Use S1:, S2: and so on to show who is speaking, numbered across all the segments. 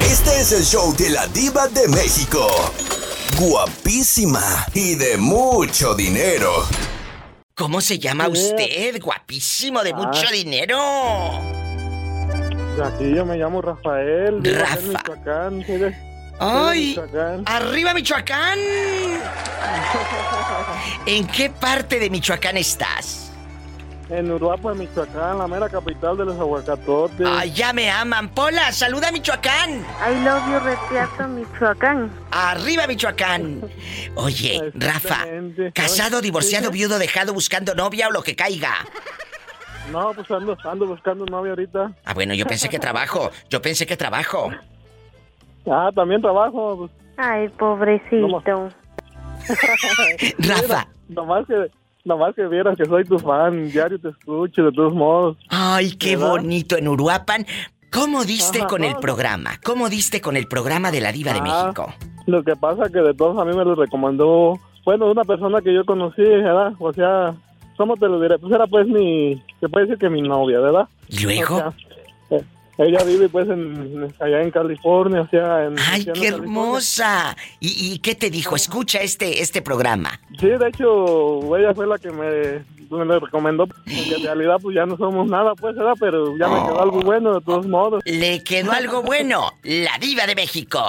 S1: Este es el show de la diva de México. Guapísima y de mucho dinero.
S2: ¿Cómo se llama usted? Guapísimo, de mucho
S3: Ah.
S2: dinero.
S3: De aquí yo me llamo Rafael. vivo acá en
S2: Rafa.
S3: Michoacán, soy de- soy de
S2: ¡Ay!
S3: Michoacán.
S2: ¡Arriba Michoacán! ¿En qué parte de Michoacán estás?
S3: En Uruapa, Michoacán, la mera capital de los aguacatotes.
S2: ¡Ay, ya me aman! ¡Pola, saluda a Michoacán!
S4: I love you, Reteato, Michoacán.
S2: ¡Arriba Michoacán!
S3: Este,
S2: Oye, Rafa,
S3: Exactamente.
S2: ¿casado,
S3: Ay,
S2: divorciado,
S3: sí.
S2: viudo, dejado, buscando novia o lo que caiga?
S3: No, pues ando, ando buscando novia ahorita.
S2: Ah, bueno, yo pensé que trabajo, yo pensé que trabajo.
S3: Ah, también trabajo. Pues,
S4: Ay, pobrecito.
S2: Rafa,
S3: nomás que... Nomás que vieras que soy tu fan, diario te escucho, de todos modos.
S2: ay, qué
S3: ¿Verdad?
S2: bonito en Uruapan. ¿Cómo diste
S3: Ajá.
S2: con el programa? ¿Cómo diste con el programa de la diva de
S3: Ah.
S2: México?
S3: Lo que pasa que de todos a mí me lo recomendó, bueno, una persona que yo conocí, ¿verdad? O sea, ¿cómo te lo diré? Pues era pues mi, se puede decir que mi novia, ¿verdad?
S2: Luego...
S3: O sea, eh, ella vive pues en, allá en California, o sea, en...
S2: ¡Ay,
S3: Luciano,
S2: qué
S3: California.
S2: hermosa! ¿Y, y qué te dijo? Escucha este, este programa.
S3: Sí, de hecho, ella fue la que me, me lo recomendó, porque en realidad pues ya no somos nada, pues, ¿verdad? Pero ya me quedó algo bueno, de todos modos.
S2: Oh. Le quedó algo bueno, la diva de México.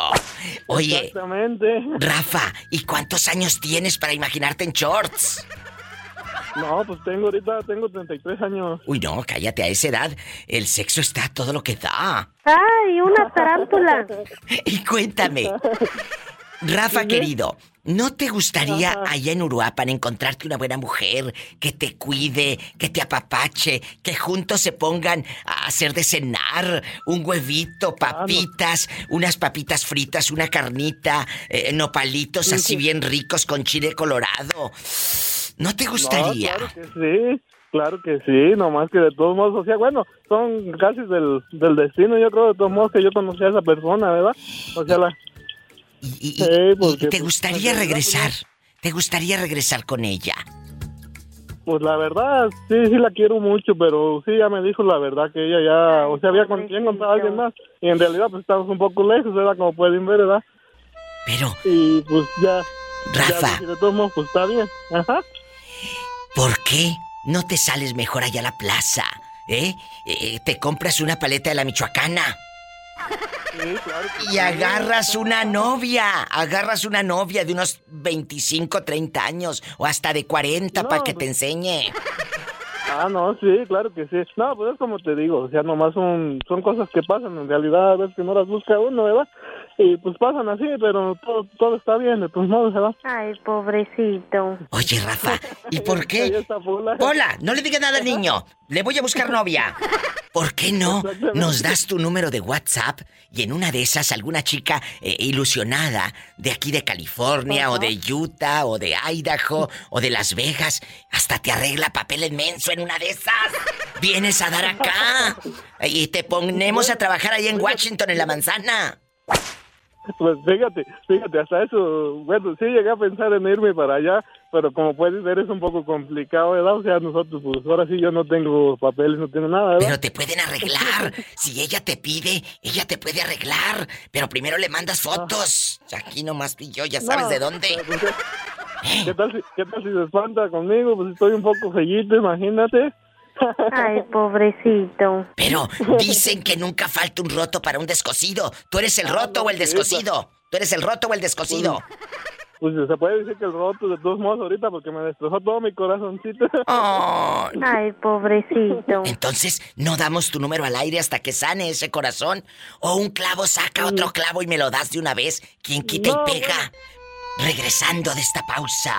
S2: Oye,
S3: Exactamente.
S2: Rafa, ¿y cuántos años tienes para imaginarte en shorts?
S3: No, pues tengo ahorita, tengo 33 años.
S2: Uy, no, cállate, a esa edad el sexo está a todo lo que da.
S4: Ay, una tarántula.
S2: Y cuéntame, Rafa querido, ¿no te gustaría allá en Uruapan encontrarte una buena mujer que te cuide, que te apapache, que juntos se pongan a hacer de cenar un huevito, papitas, unas papitas fritas, una carnita, eh, nopalitos así bien ricos con chile colorado? ¿No te gustaría?
S3: No, claro que sí, claro que sí, nomás que de todos modos, o sea, bueno, son casi del, del destino, yo creo de todos modos que yo conocí a esa persona, ¿verdad? O sea, la,
S2: ¿Y, y-
S3: Sí,
S2: y- y
S3: porque,
S2: te
S3: pues,
S2: gustaría
S3: la verdad,
S2: regresar? ¿Te gustaría regresar con ella?
S3: pues la verdad, sí, sí la quiero mucho, pero sí, ya me dijo la verdad que ella ya, o sea, había con, ya encontrado a alguien más, y en realidad pues estamos un poco lejos, ¿verdad? Como pueden ver, ¿verdad?
S2: Pero,
S3: Y pues ya, ya
S2: Rafa...
S3: dije, de todos modos, pues está bien, ajá.
S2: ¿Por qué no te sales mejor allá a la plaza? ¿Eh? Eh, te compras una paleta de la Michoacana
S3: Sí, claro que
S2: y
S3: sí.
S2: agarras una novia. Agarras una novia de unos 25, 30 años o hasta de 40 para
S3: No,
S2: que te
S3: pues-
S2: enseñe.
S3: Ah, no, sí, claro que sí. No, pues es como te digo, o sea, nomás son, son cosas que pasan, en realidad a veces que no las busca uno, ¿verdad? Y pues pasan así, pero todo, todo está bien, de todos modos, ¿verdad?
S4: Ay, pobrecito.
S2: Oye, Rafa, ¿y por
S3: Ahí
S2: qué?
S3: está Pola.
S2: Hola, no le digas nada al niño. Le voy a buscar novia. ¿Por qué no nos das tu número de WhatsApp y en una de esas alguna chica eh, ilusionada de aquí de California o de Utah o de Idaho o de Las Vegas hasta te arregla papel inmenso en una de esas? Vienes a dar acá y te ponemos a trabajar ahí en Washington en la manzana.
S3: Pues fíjate, fíjate, hasta eso, bueno, sí llegué a pensar en irme para allá, pero como puedes ver es un poco complicado, ¿verdad? O sea, nosotros, pues ahora sí yo no tengo papeles, no tengo nada, ¿verdad?
S2: Pero te pueden arreglar. Si ella te pide, ella te puede arreglar. Pero primero le mandas fotos. Aquí nomás tú y yo, ya sabes
S3: No,
S2: de dónde.
S3: pero, pues, ¿qué-
S2: ¿eh?
S3: ¿Qué tal, si, ¿Qué tal si se espanta conmigo? Pues estoy un poco fellito, imagínate.
S4: Ay, pobrecito.
S2: Pero dicen que nunca falta un roto para un descosido. ¿Tú eres el roto o el descosido? ¿Tú eres el roto o el descosido?
S3: Pues se puede decir que el roto de todos modos ahorita porque me destrozó todo mi corazoncito.
S2: Oh.
S4: Ay, pobrecito.
S2: Entonces, no damos tu número al aire hasta que sane ese corazón. O un clavo saca otro clavo y me lo das de una vez. ¿Quién quita
S3: No,
S2: y pega? Regresando de esta pausa,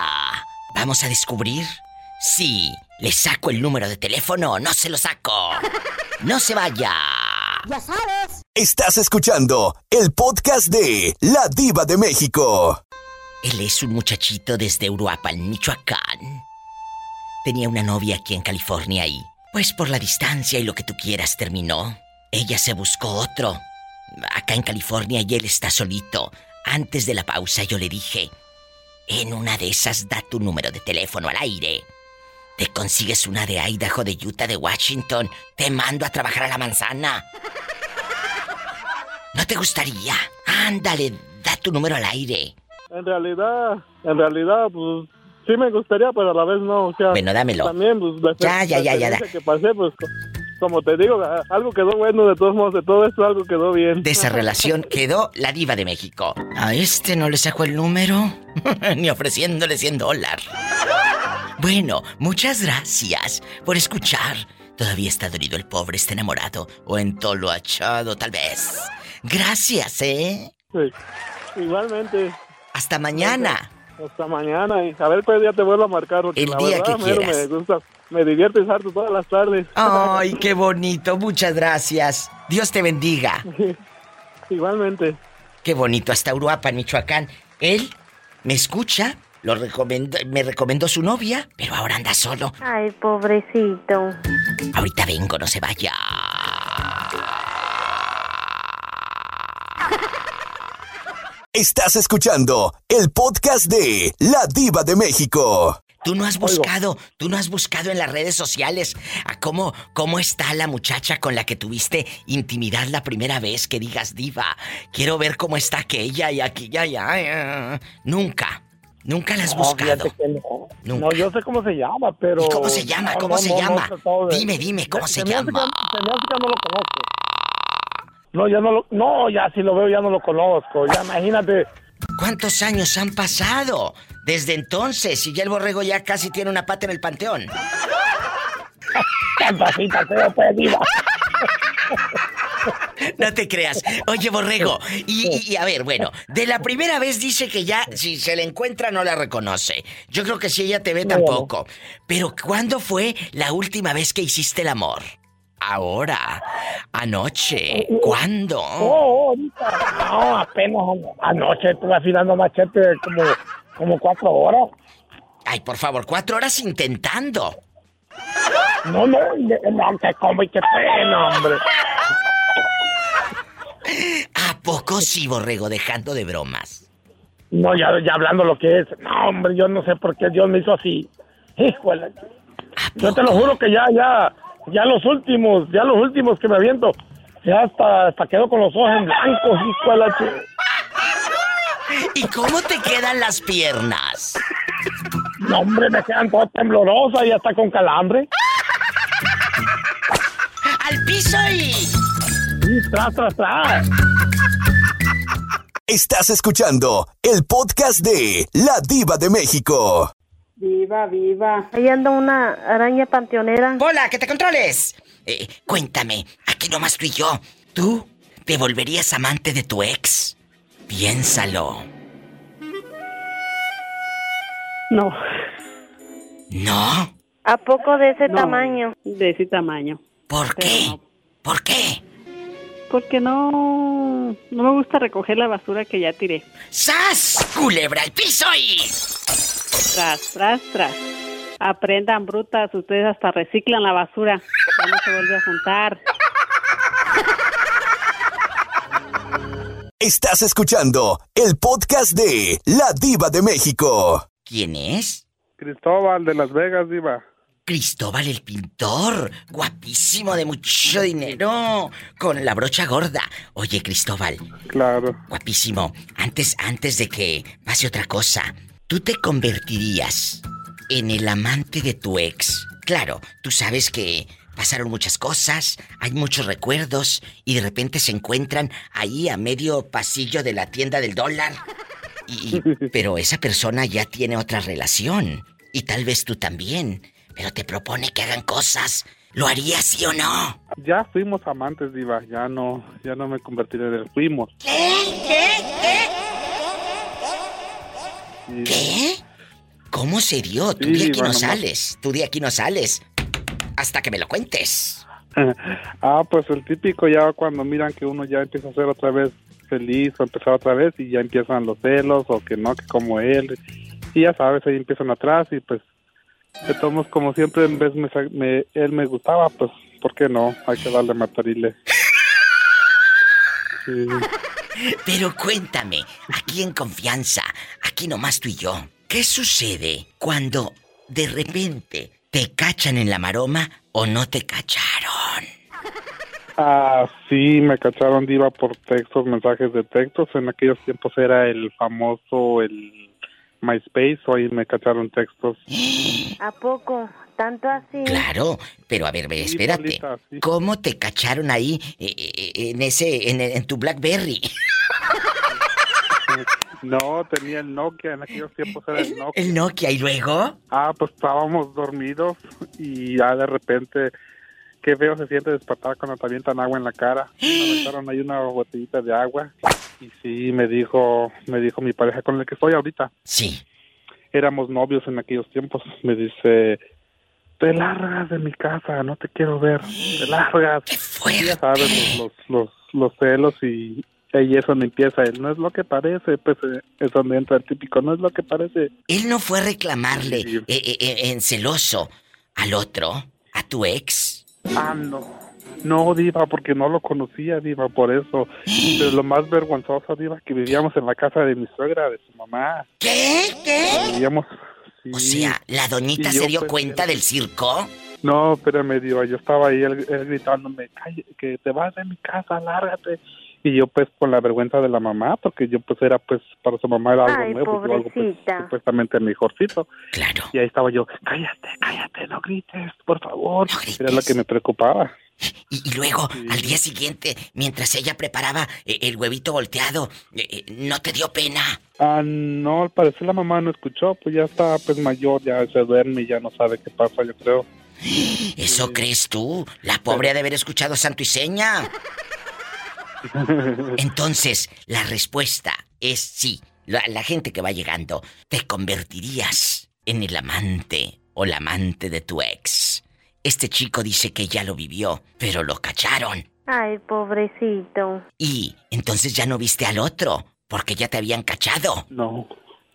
S2: vamos a descubrir si le saco el número de teléfono o no se lo saco. No se vaya.
S1: Estás escuchando el podcast de La Diva de México.
S2: Él es un muchachito desde Uruapan, Michoacán. Tenía una novia aquí en California y, pues por la distancia y lo que tú quieras, terminó. Ella se buscó otro. Acá en California y él está solito. Antes de la pausa yo le dije, en una de esas da tu número de teléfono al aire. Te consigues una de Idaho, de Utah, de Washington. Te mando a trabajar a la manzana. ¿No te gustaría? Ándale, da tu número al aire.
S5: En realidad, en realidad, pues sí me gustaría, pero a la vez no. O sea,
S2: Bueno, dámelo.
S5: También, pues la
S2: Ya, ya, ya, ya,
S5: exper- la experiencia que pasé, pues co- como te digo, a- algo quedó bueno de todos modos, de todo esto algo quedó bien.
S2: De esa relación quedó la diva de México. A este no le saco el número, ni ofreciéndole 100 dólares. Bueno, muchas gracias por escuchar. Todavía está dolido el pobre, está enamorado o entoloachado tal vez. Gracias, ¿eh?
S5: Sí. Igualmente,
S2: Hasta mañana.
S5: hasta mañana y a ver qué día te vuelvo a marcar, porque
S2: El
S5: la
S2: día
S5: verdad,
S2: que
S5: mero, me
S2: quieras.
S5: gusta, me divierte usar todas las tardes.
S2: Ay, qué bonito. Muchas gracias. Dios te bendiga.
S5: Igualmente.
S2: Qué bonito, hasta Uruapan, Michoacán. Él me escucha, lo recomendó- me recomendó su novia, pero ahora anda solo.
S4: Ay, pobrecito.
S2: Ahorita vengo, no se vaya.
S1: Estás escuchando el podcast de La Diva de México.
S2: Tú no has buscado, tú no has buscado en las redes sociales a cómo, cómo está la muchacha con la que tuviste intimidad la primera vez que digas diva. Quiero ver cómo está aquella y aquí, ya, ya, ya. Nunca, nunca la has buscado.
S6: fíjate que no.
S2: Nunca.
S6: No, yo sé cómo se llama, pero.
S2: ¿Y cómo se llama?
S6: No,
S2: ¿Cómo
S6: no,
S2: se
S6: no, no
S2: llama?
S6: he tratado de-
S2: Dime, dime, ¿cómo se
S6: me hace que-
S2: llama?
S6: se me hace que no lo conozco. No, ya no lo. No, ya si lo veo, ya no lo conozco. Ya imagínate.
S2: ¿Cuántos años han pasado desde entonces? Y ya el borrego ya casi tiene una pata en el panteón.
S6: Tantacita feo, pues, diva.
S2: No te creas. Oye, borrego. Y, y- y a ver, bueno, de la primera vez dice que ya si se la encuentra no la reconoce. Yo creo que si ella te ve tampoco. Pero ¿cuándo fue la última vez que hiciste el amor? Ahora,
S6: Eh,
S2: anoche, ¿cuándo?
S6: Oh, oh, ahorita. No, apenas anoche estuve afilando machete como, como cuatro horas.
S2: Ay, por favor, cuatro horas intentando.
S6: No, no, y- no, que como y qué pena, hombre.
S2: ¿A poco sí, borrego, dejando de bromas?
S6: No, ya, ya hablando lo que es. No, hombre, yo no sé por qué Dios me hizo así. Híjole.
S2: ¿A
S6: Yo te lo
S2: poco?
S6: juro que ya, ya, ya los últimos, ya los últimos que me aviento, ya hasta, hasta quedo con los ojos en blanco, hijo de la chi-
S2: ¿Y cómo te quedan las piernas?
S6: No, hombre, me quedan todas temblorosas y hasta con calambre.
S2: ¡Al piso y!
S6: Y tras, tras, tras.
S1: Estás escuchando el podcast de La Diva de México.
S7: Viva, viva.
S4: Ahí anda una araña panteonera.
S2: ¡Hola, que te controles! Eh, cuéntame, aquí nomás tú y yo. ¿Tú te volverías amante de tu ex? Piénsalo.
S7: No,
S2: ¿No?
S4: ¿A poco de ese
S7: No.
S4: tamaño?
S7: de ese tamaño.
S2: ¿Por
S7: Pero
S2: qué?
S7: no.
S2: ¿Por qué?
S7: Porque no, no me gusta recoger la basura que ya tiré.
S2: ¡Sas! ¡Culebra al piso y!
S7: Tras, tras, tras. Aprendan brutas, ustedes hasta reciclan la basura. Ya no se vuelve a juntar.
S1: Estás escuchando el podcast de La Diva de México.
S2: ¿Quién es?
S5: Cristóbal de Las Vegas, Diva.
S2: Cristóbal el pintor, guapísimo de mucho dinero, con la brocha gorda. Oye, Cristóbal,
S5: Claro.
S2: Guapísimo. Antes, antes de que pase otra cosa, ¿tú te convertirías en el amante de tu ex? Claro, tú sabes que pasaron muchas cosas, hay muchos recuerdos y de repente se encuentran ahí a medio pasillo de la tienda del dólar. Y, y- pero esa persona ya tiene otra relación y tal vez tú también, pero te propone que hagan cosas. ¿Lo harías sí o no?
S5: Ya fuimos amantes, Diva. Ya no, ya no me convertiré en el fuimos. ¿Qué?
S2: ¿Qué? ¿Cómo se dio? Tú
S5: Sí,
S2: de aquí no
S5: bueno, no.
S2: sales. Tú de aquí no sales. Hasta que me lo cuentes.
S5: Ah, pues el típico ya cuando miran que uno ya empieza a ser otra vez feliz o empezar otra vez y ya empiezan los celos o que no, que como él. Y ya sabes, ahí empiezan atrás y pues de todos modos, como siempre, en vez me, sa- me- él me gustaba, pues ¿por qué no? Hay que darle matarile. Sí.
S2: Pero cuéntame, aquí en confianza, aquí nomás tú y yo. ¿Qué sucede cuando de repente te cachan en la maroma o no te cacharon?
S6: Ah,
S5: Sí, me cacharon diva por textos, mensajes de textos. En aquellos tiempos era el famoso, el MySpace, o ahí me cacharon textos.
S4: ¿A poco? ¿Tanto así?
S2: Claro, pero a ver, Eh, ve,
S5: Sí,
S2: espérate.
S5: Paulita, sí.
S2: ¿Cómo te cacharon ahí eh, eh, eh, en ese, en, en tu BlackBerry?
S5: No, tenía el Nokia, en aquellos tiempos era el Nokia.
S2: El Nokia y luego.
S5: Ah, pues estábamos dormidos y ya de repente, qué feo se siente despertar cuando te avientan agua en la cara. Me aventaron ahí una botellita de agua y sí, me dijo, me dijo mi pareja con la que estoy ahorita.
S2: Sí.
S5: éramos novios en aquellos tiempos. Me dice, te largas de mi casa, no te quiero ver, te largas.
S2: ¡Qué
S5: Y Ya
S2: fuerte!
S5: sabes, pues, los, los, los, los celos y, y eso no empieza. El no es lo que parece, pues eh, es donde entra el típico, no es lo que parece.
S2: Él no fue a reclamarle
S5: Sí.
S2: eh, eh, eh, en celoso al otro, a tu ex.
S5: Ah, no. No, Diva, porque no lo conocía, Diva, por eso. Pero lo más vergonzoso, Diva, que vivíamos en la casa de mi suegra, de su mamá.
S2: ¿Qué? ¿Qué?
S5: Vivíamos.
S2: ¿Eh?
S5: Sí.
S2: O sea, la doñita
S5: Y yo
S2: se dio
S5: pensé-
S2: cuenta del circo.
S5: No, pero me dio, yo estaba ahí él, él gritándome, "Calle, que te vas de mi casa, lárgate. Y yo pues con la vergüenza de la mamá, porque yo pues era pues para su mamá era algo
S4: Ay,
S5: nuevo, yo algo pues,
S4: pobrecita.
S5: supuestamente mejorcito.
S2: Claro.
S5: Y ahí estaba yo, cállate, cállate, no grites, por favor.
S2: No grites.
S5: Era lo que me preocupaba.
S2: Y, y luego, al día siguiente, mientras ella preparaba eh, el huevito volteado, eh, eh, ¿no te dio pena?
S5: Ah, no, al parecer la mamá no escuchó, pues ya está pues mayor, ya se duerme y ya no sabe qué pasa, yo creo.
S2: ¿Eso crees tú? La pobre ha de haber escuchado santo y seña. Entonces, la respuesta es sí. La, la gente que va llegando, te convertirías en el amante o la amante de tu ex. Este chico dice que ya lo vivió, pero lo cacharon.
S4: Ay, pobrecito.
S2: Y entonces ya no viste al otro, porque ya te habían cachado.
S5: No.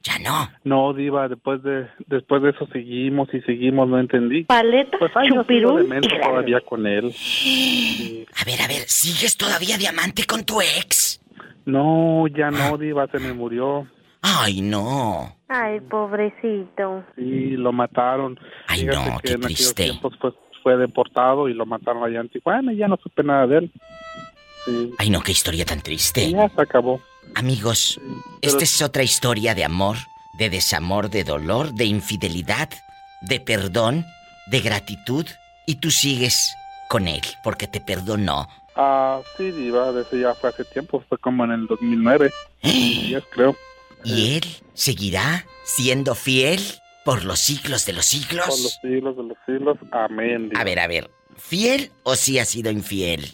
S2: Ya no.
S5: No, diva, después de después de eso seguimos y seguimos, no entendí.
S4: Paleta,
S5: Pues hay yo sigo
S4: chupirul
S5: demente
S4: y-
S5: todavía con él.
S2: A ver, a ver, ¿sigues todavía diamante con tu ex?
S5: No, ya
S4: Ah.
S5: no, Diva, se me murió.
S2: Ay, no.
S4: Ay, pobrecito.
S5: Sí, lo mataron.
S2: Ay, no, qué
S5: en aquellos
S2: triste.
S5: tiempos pues, fue deportado y lo mataron allá en Tijuana y ya no supe nada de él. Sí,
S2: Ay, no, qué historia tan triste.
S5: y ya se acabó.
S2: Amigos,
S5: Pero-
S2: esta es otra historia de amor, de desamor, de dolor, de infidelidad, de perdón, de gratitud. Y tú sigues con él porque te perdonó.
S5: Ah, sí, Diva, desde ya fue hace tiempo, fue como en el 2009, ya creo. Eh.
S2: Y él seguirá siendo fiel por los siglos de los
S5: Por los
S2: siglos.
S5: siglos de los siglos, amén. Diva.
S2: A ver, a ver. ¿Fiel o sí ha sido infiel?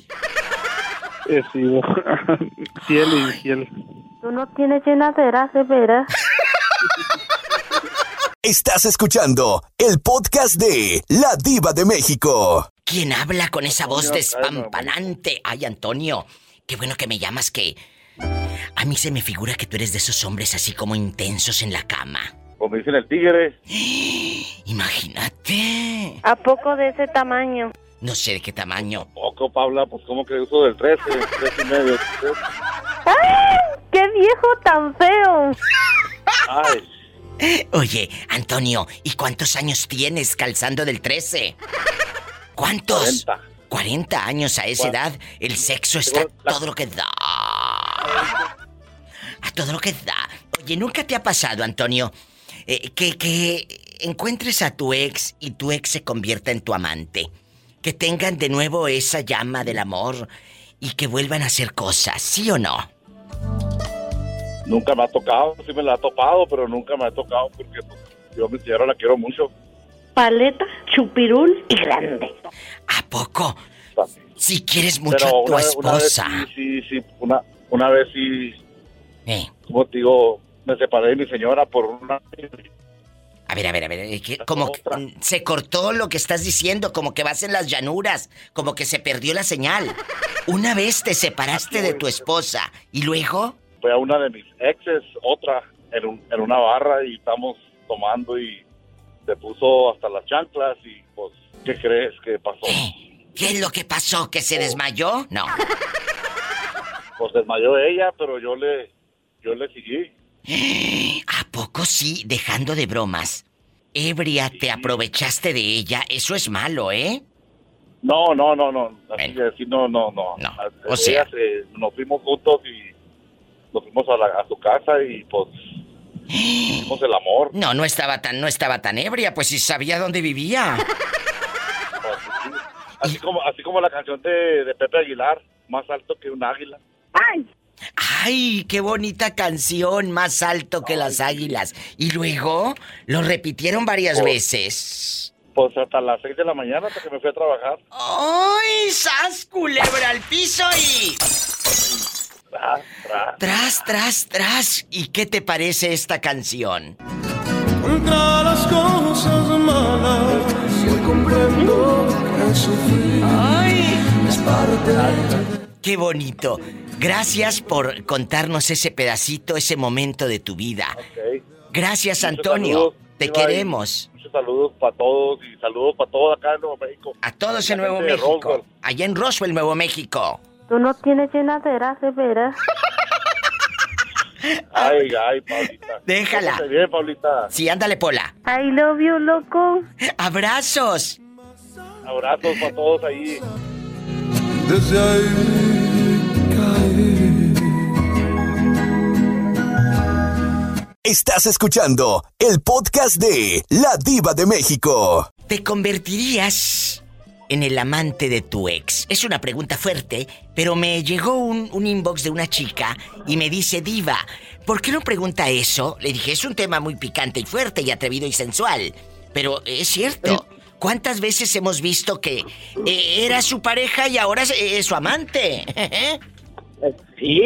S5: He sido fiel y infiel.
S4: Tú no tienes llenadera, de veras.
S1: Estás escuchando el podcast de La Diva de México.
S2: ¿Quién habla con esa voz
S5: Antonio Cano,
S2: despampanante? Ay, Antonio, qué bueno que me llamas que... A mí se me figura que tú eres de esos hombres así como intensos en la cama.
S8: Como dicen el tigre,
S2: Imagínate.
S4: ¿A poco de ese tamaño?
S2: No sé de qué tamaño.
S8: poco, Paula, pues como que uso del 13, 13 y medio.
S4: ¡Ay, qué viejo tan feo!
S8: Ay,
S2: Oye, Antonio, ¿y cuántos años tienes calzando del 13? ¿Cuántos?
S8: 40.
S2: 40 años a esa edad, el sexo está a
S8: la-
S2: todo lo que da. A todo lo que da. Oye, ¿nunca te ha pasado, Antonio, eh, que, que encuentres a tu ex y tu ex se convierta en tu amante? Que tengan de nuevo esa llama del amor y que vuelvan a hacer cosas, ¿sí o no?
S8: nunca me ha tocado, sí me la ha topado, pero nunca me ha tocado porque pues, yo a mi señora la quiero mucho.
S4: Paleta, chupirul y grande.
S2: ¿A poco?
S8: Pero
S2: Si quieres mucho a tu
S8: una, vez- una vez
S2: esposa.
S8: sí, sí, sí, una, una vez sí,
S2: Eh,
S8: como te digo, me separé de mi señora por una...
S2: a ver, a ver, a ver. eh, que- Como que,
S8: Otra.
S2: mm, se cortó lo que estás diciendo, como que vas en las llanuras, como que se perdió la señal. Una vez te separaste de tu esposa y luego.
S8: Fue a una de mis exes, otra, en, un- en una barra y estamos tomando y se puso hasta las chanclas y pues, ¿qué crees que pasó?
S2: ¿Qué? ¿Qué es lo que pasó? ¿Que se desmayó? No.
S8: Pues desmayó ella, pero yo le, yo le seguí.
S2: ¿A poco sí, dejando de bromas? Ebria, te aprovechaste de ella. Eso es malo, ¿eh?
S8: No, no, no, no. Así,
S2: Bueno.
S8: así no, no, no.
S2: No,
S8: A-
S2: o sea.
S8: ella se- nos fuimos juntos y nos fuimos a, la- a su casa y pues hicimos el amor.
S2: No, no estaba tan, no estaba tan ebria, pues si sabía dónde vivía.
S8: Así, así como, así como la canción de, de Pepe Aguilar, más alto que un águila.
S2: ¡Ay, qué bonita canción! Más alto que las águilas. Y luego lo repitieron varias
S8: Oh.
S2: veces. Oh.
S8: Pues hasta las 6 de la mañana hasta que me fui a trabajar.
S2: ¡Ay, sas, culebra al piso y...
S8: Tra, tra.
S2: Tras, tras, tras. ¿Y qué te parece esta canción?
S9: Contra las cosas malas, hoy comprendo que sufrir es parte de
S2: ¡Qué bonito! Gracias por contarnos ese pedacito, ese momento de tu vida.
S8: Ok.
S2: Gracias,
S8: Muchos
S2: Antonio.
S8: saludos,
S2: Te
S8: Ibai.
S2: queremos.
S8: Muchos saludos para todos y saludos para todos acá en Nuevo México.
S2: A todos
S8: La
S2: en Nuevo
S8: gente de
S2: México.
S8: Roswell.
S2: Allá en Roswell, Nuevo México.
S4: Tú no tienes llenadera de veras.
S8: Ay, ay, Paulita.
S2: Déjala.
S8: Pórtate bien, Paulita.
S2: Sí, ándale, Pola.
S4: I love you, loco.
S2: ¡Abrazos!
S8: Abrazos para todos ahí.
S9: Desde ahí caí.
S1: Estás escuchando el podcast de La Diva de México.
S2: ¿Te convertirías en el amante de tu ex? Es una pregunta fuerte, pero me llegó un, un inbox de una chica y me dice, Diva, ¿por qué no pregunta eso? Le dije, es un tema muy picante y fuerte y atrevido y sensual. Pero es cierto, ¿cuántas veces hemos visto que eh, era su pareja y ahora es, eh, es su amante?
S10: Eh, Sí,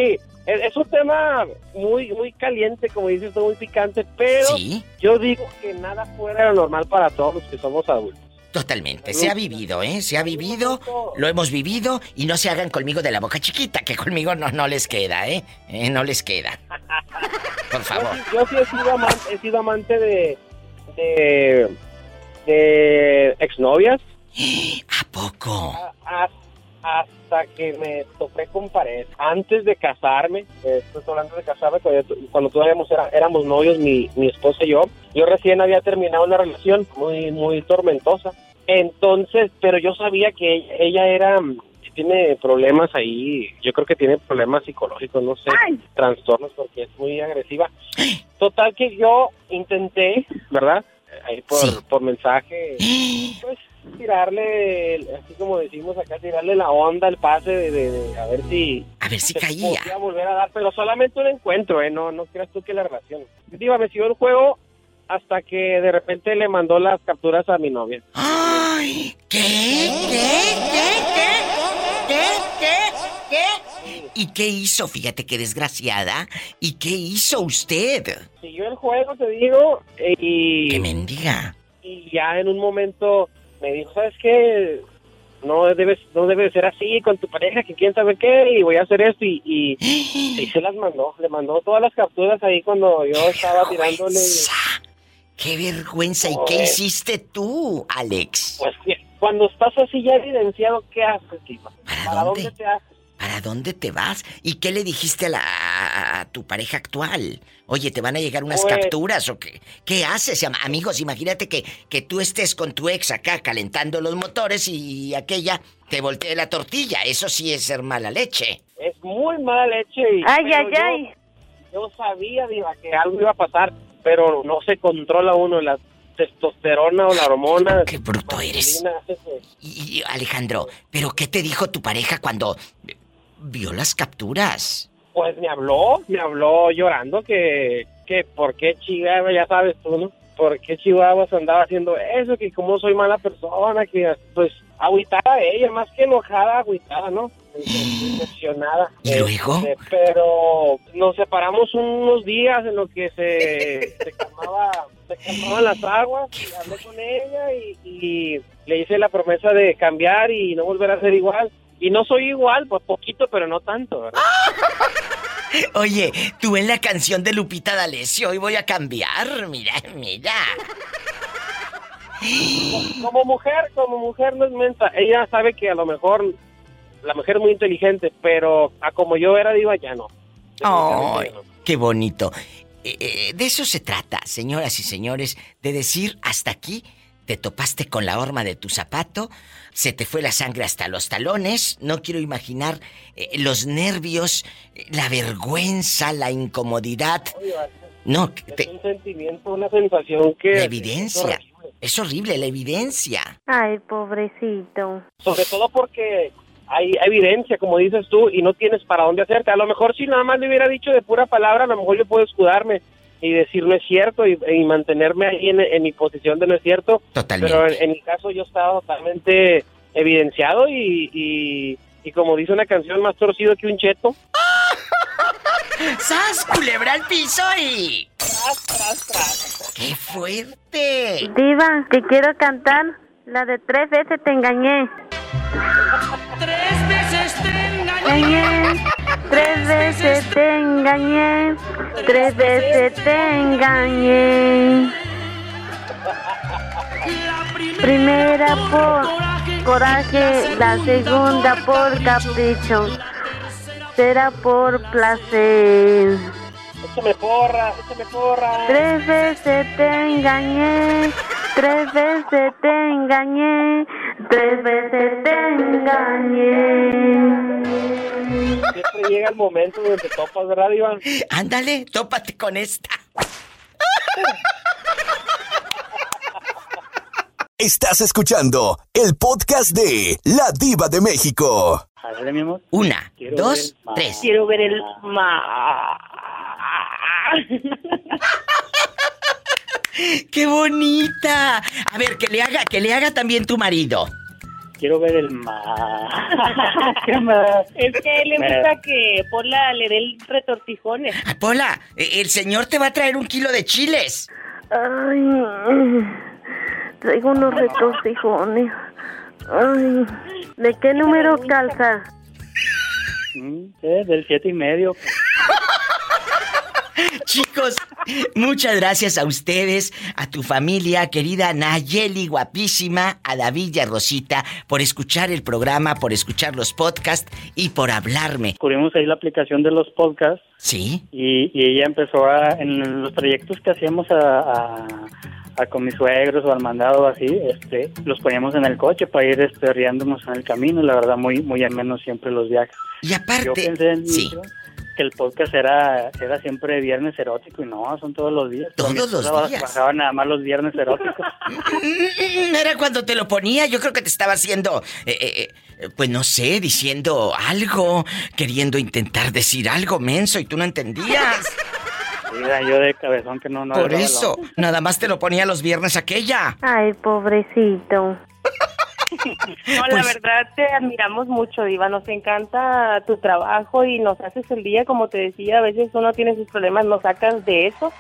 S10: es, es un tema muy muy caliente, como dices tú, muy picante, pero
S2: sí,
S10: yo digo que nada fuera de lo normal para todos los que somos adultos.
S2: totalmente. Se ha vivido, ¿eh? Se ha vivido, lo hemos vivido y no se hagan conmigo de la boca chiquita, que conmigo no, no les queda, ¿eh? Eh, No les queda. Por favor.
S10: Yo sí he sido amante, he sido amante de, de, de exnovias
S2: ¿A poco?
S10: a- a- hasta que me topé con pared. Antes de casarme, eh, estoy hablando de casarme, cuando, yo- cuando todavía éramos, era- éramos novios, mi, mi esposa y yo, yo recién había terminado una relación muy, muy tormentosa. Entonces, pero yo sabía que ella, ella era mm, que tiene problemas ahí, yo creo que tiene problemas psicológicos, no sé, trastornos porque es muy agresiva. Total que yo intenté, ¿verdad? Eh, Ahí por,
S2: Sí.
S10: por mensaje, pues tirarle, el- así como decimos acá, tirarle la onda, el pase de, de- de- a ver si
S2: A ver si
S10: se
S2: caía.
S10: podía volver a dar, pero solamente un encuentro, ¿eh? No, no creas tú que la relación. Diva, me siguió el juego hasta que de repente le mandó las capturas a mi novia.
S2: ¡Ay! ¿Qué? ¿Qué? ¿Qué? ¿Qué? ¿Qué? ¿Qué? ¿Qué? ¿Y qué hizo? Fíjate qué desgraciada. ¿Y qué hizo usted?
S10: Siguió el juego, te digo, eh, y...
S2: Que mendiga.
S10: y ya en un momento me dijo, ¿sabes qué? No debes, no debe ser así con tu pareja, que quién sabe qué, y voy a hacer esto, y, y, y se las mandó, le mandó todas las capturas ahí cuando yo estaba tirándole,
S2: ¡Vergüenza! ¡Qué vergüenza! ¿Y qué
S10: Joder.
S2: hiciste tú, Alex?
S10: pues que- cuando estás así ya evidenciado, ¿qué haces, Diva?
S2: ¿Para
S10: ¿Para
S2: dónde?
S10: dónde te haces?
S2: ¿Para dónde te vas? ¿Y qué le dijiste a, la, a- a tu pareja actual? Oye, ¿te van a llegar unas
S10: Pues-
S2: capturas o qué? ¿Qué haces? Am- Amigos, imagínate que, que tú estés con tu ex acá calentando los motores y, aquella te voltee la tortilla. Eso sí es ser mala leche.
S10: Es muy mala leche. Y,
S4: Ay,
S10: pero
S4: ay,
S10: yo-
S4: ay.
S10: Yo sabía, Diva, que algo iba a pasar, pero no se controla uno, la testosterona o la hormona.
S2: ¡Qué bruto eres!
S10: masculina hace que-
S2: Y, y, Alejandro, ¿pero qué te dijo tu pareja cuando eh, vio las capturas?
S10: Pues me habló, me habló llorando que, que por qué Chihuahua, ya sabes tú, ¿no? ¿Por qué Chihuahua se andaba haciendo eso? Que como soy mala persona, que pues agüitada ella, más que enojada, agüitada, ¿no? Impresionada.
S2: Mm. ¿Y luego?
S10: pero nos separamos unos días en lo que se, se calmaba se calmaban las aguas y hablé con ella y, y le hice la promesa de cambiar y no volver a ser igual. Y no soy igual, pues poquito, pero no tanto, ¿verdad?
S2: Oye, tú en la canción de Lupita D'Alessio, hoy voy a cambiar. Mira, mira.
S10: Como mujer, como mujer no es mensa. Ella sabe que a lo mejor la mujer es muy inteligente, pero a como yo era diva ya no.
S2: ¡Ay, qué bonito! Eh, eh, de eso se trata, señoras y señores, de decir hasta aquí te topaste con la horma de tu zapato, se te fue la sangre hasta los talones, no quiero imaginar eh, los nervios, eh, la vergüenza, la incomodidad. No,
S10: Es
S2: te-
S10: un sentimiento, una sensación que...
S2: la evidencia. Es horrible la evidencia.
S4: Ay, pobrecito.
S10: Sobre todo porque hay evidencia, como dices tú, y no tienes para dónde hacerte. A lo mejor si nada más le hubiera dicho de pura palabra, a lo mejor yo puedo escudarme y decir no es cierto y, y mantenerme ahí en, en mi posición de no es cierto.
S2: Totalmente.
S10: Pero en, en mi caso yo estaba totalmente evidenciado y, y, y como dice una canción, más torcido que un cheto.
S2: ¡Sas, culebra al piso y... ¡Qué fuerte!
S4: Diva, te quiero cantar la de tres veces te engañé.
S9: Tres veces te
S4: engañé. Tres veces te engañé. Tres veces te engañé. Primera por coraje, la segunda por capricho. Será por placer.
S10: Échame porra, échame porra.
S4: Tres veces te engañé, tres veces te engañé, tres veces te engañé.
S10: Siempre llega el momento donde te topas, ¿verdad, Iván?
S2: Ándale, tópate con esta.
S1: Estás escuchando el podcast de La Diva de México.
S2: Una,
S1: Quiero
S2: dos,
S1: ver más.
S2: tres.
S11: Quiero ver el ma.
S2: ¡Qué bonita! A ver, que le haga, que le haga también tu marido.
S10: Quiero ver el mar.
S2: Ah,
S11: es que a él le gusta que Pola le dé el retortijones.
S2: Pola, eh, el señor te va a traer un kilo de chiles.
S4: Ay, traigo unos retortijones. Ay, ¿de qué número calza?
S10: Del siete y medio.
S2: Chicos, muchas gracias a ustedes, a tu familia, querida Nayeli, guapísima, a David y a Rosita, por escuchar el programa, por escuchar los podcasts y por hablarme.
S12: descubrimos ahí la aplicación de los podcasts.
S2: Sí.
S12: Y, y ella empezó a, en los proyectos que hacíamos a, a- a con mis suegros o al mandado así, este, los poníamos en el coche para ir este, riéndonos en el camino, la verdad muy muy menos siempre los viajes.
S2: Y aparte,
S12: Yo pensé en
S2: sí.
S12: que el podcast era era siempre viernes erótico y no, son todos los días.
S2: Todos
S12: Mi esposa
S2: los días.
S12: Bajaba nada más los viernes eróticos.
S2: Mm, Era cuando te lo ponía, yo creo que te estaba haciendo, eh, eh, eh, pues no sé, diciendo algo, queriendo intentar decir algo menso y tú no entendías.
S12: Mira, yo de cabezón que no, no
S2: Por
S12: agarraba la
S2: eso,
S12: onda.
S2: nada más te lo ponía los viernes aquella.
S4: Ay, pobrecito.
S11: No, la
S2: Pues
S11: verdad te admiramos mucho, Diva. Nos encanta tu trabajo y nos haces el día, como te decía. A veces uno tiene sus problemas, nos sacas de eso.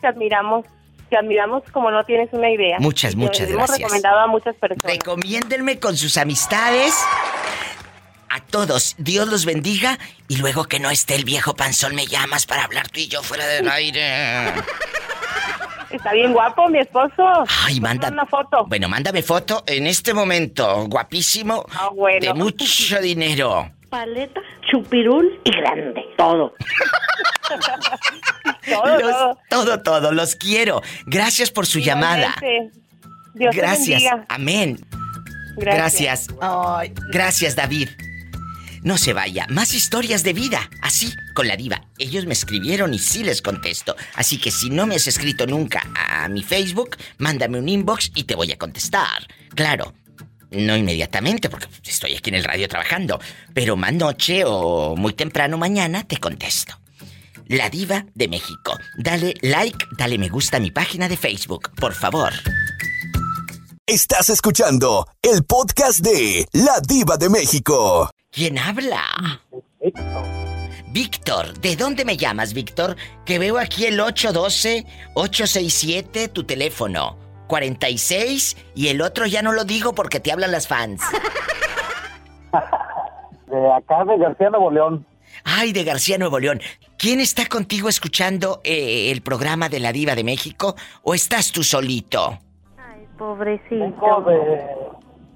S11: Te admiramos, te admiramos como no tienes una idea.
S2: Muchas,
S11: Y
S2: muchas
S11: te hemos
S2: gracias.
S11: recomendado a muchas personas.
S2: Recomiéndenme con sus amistades. A todos, Dios los bendiga y luego que no esté el viejo panzón me llamas para hablar tú y yo fuera del aire.
S11: Está bien guapo mi esposo.
S2: Ay, manda
S11: una foto.
S2: Bueno, mándame foto en este momento, guapísimo, de mucho dinero.
S11: Paleta.
S2: Chupirul y grande. Todo.
S11: Todo,
S2: Los-
S11: todo.
S2: todo, todo, los quiero. Gracias por su llamada.
S11: Gente, Dios te
S2: Gracias.
S11: bendiga.
S2: Amén. Gracias. Ay, gracias, David. No se vaya. Más historias de vida. Así, con la diva. Ellos me escribieron y sí les contesto. Así que si no me has escrito nunca a mi Facebook, mándame un inbox y te voy a contestar. Claro. No inmediatamente, porque estoy aquí en el radio trabajando. Pero más noche o muy temprano mañana te contesto. La Diva de México. Dale like, dale me gusta a mi página de Facebook, por favor.
S1: Estás escuchando el podcast de La Diva de México.
S2: ¿Quién habla? Víctor, ¿de dónde me llamas, Víctor? Que veo aquí el 812-867, tu teléfono. 46 y el otro ya no lo digo porque te hablan las fans.
S6: De acá de García Nuevo León.
S2: Ay, de García Nuevo León. ¿Quién está contigo escuchando eh, el programa de la Diva de México o estás tú solito?
S4: Pobrecito.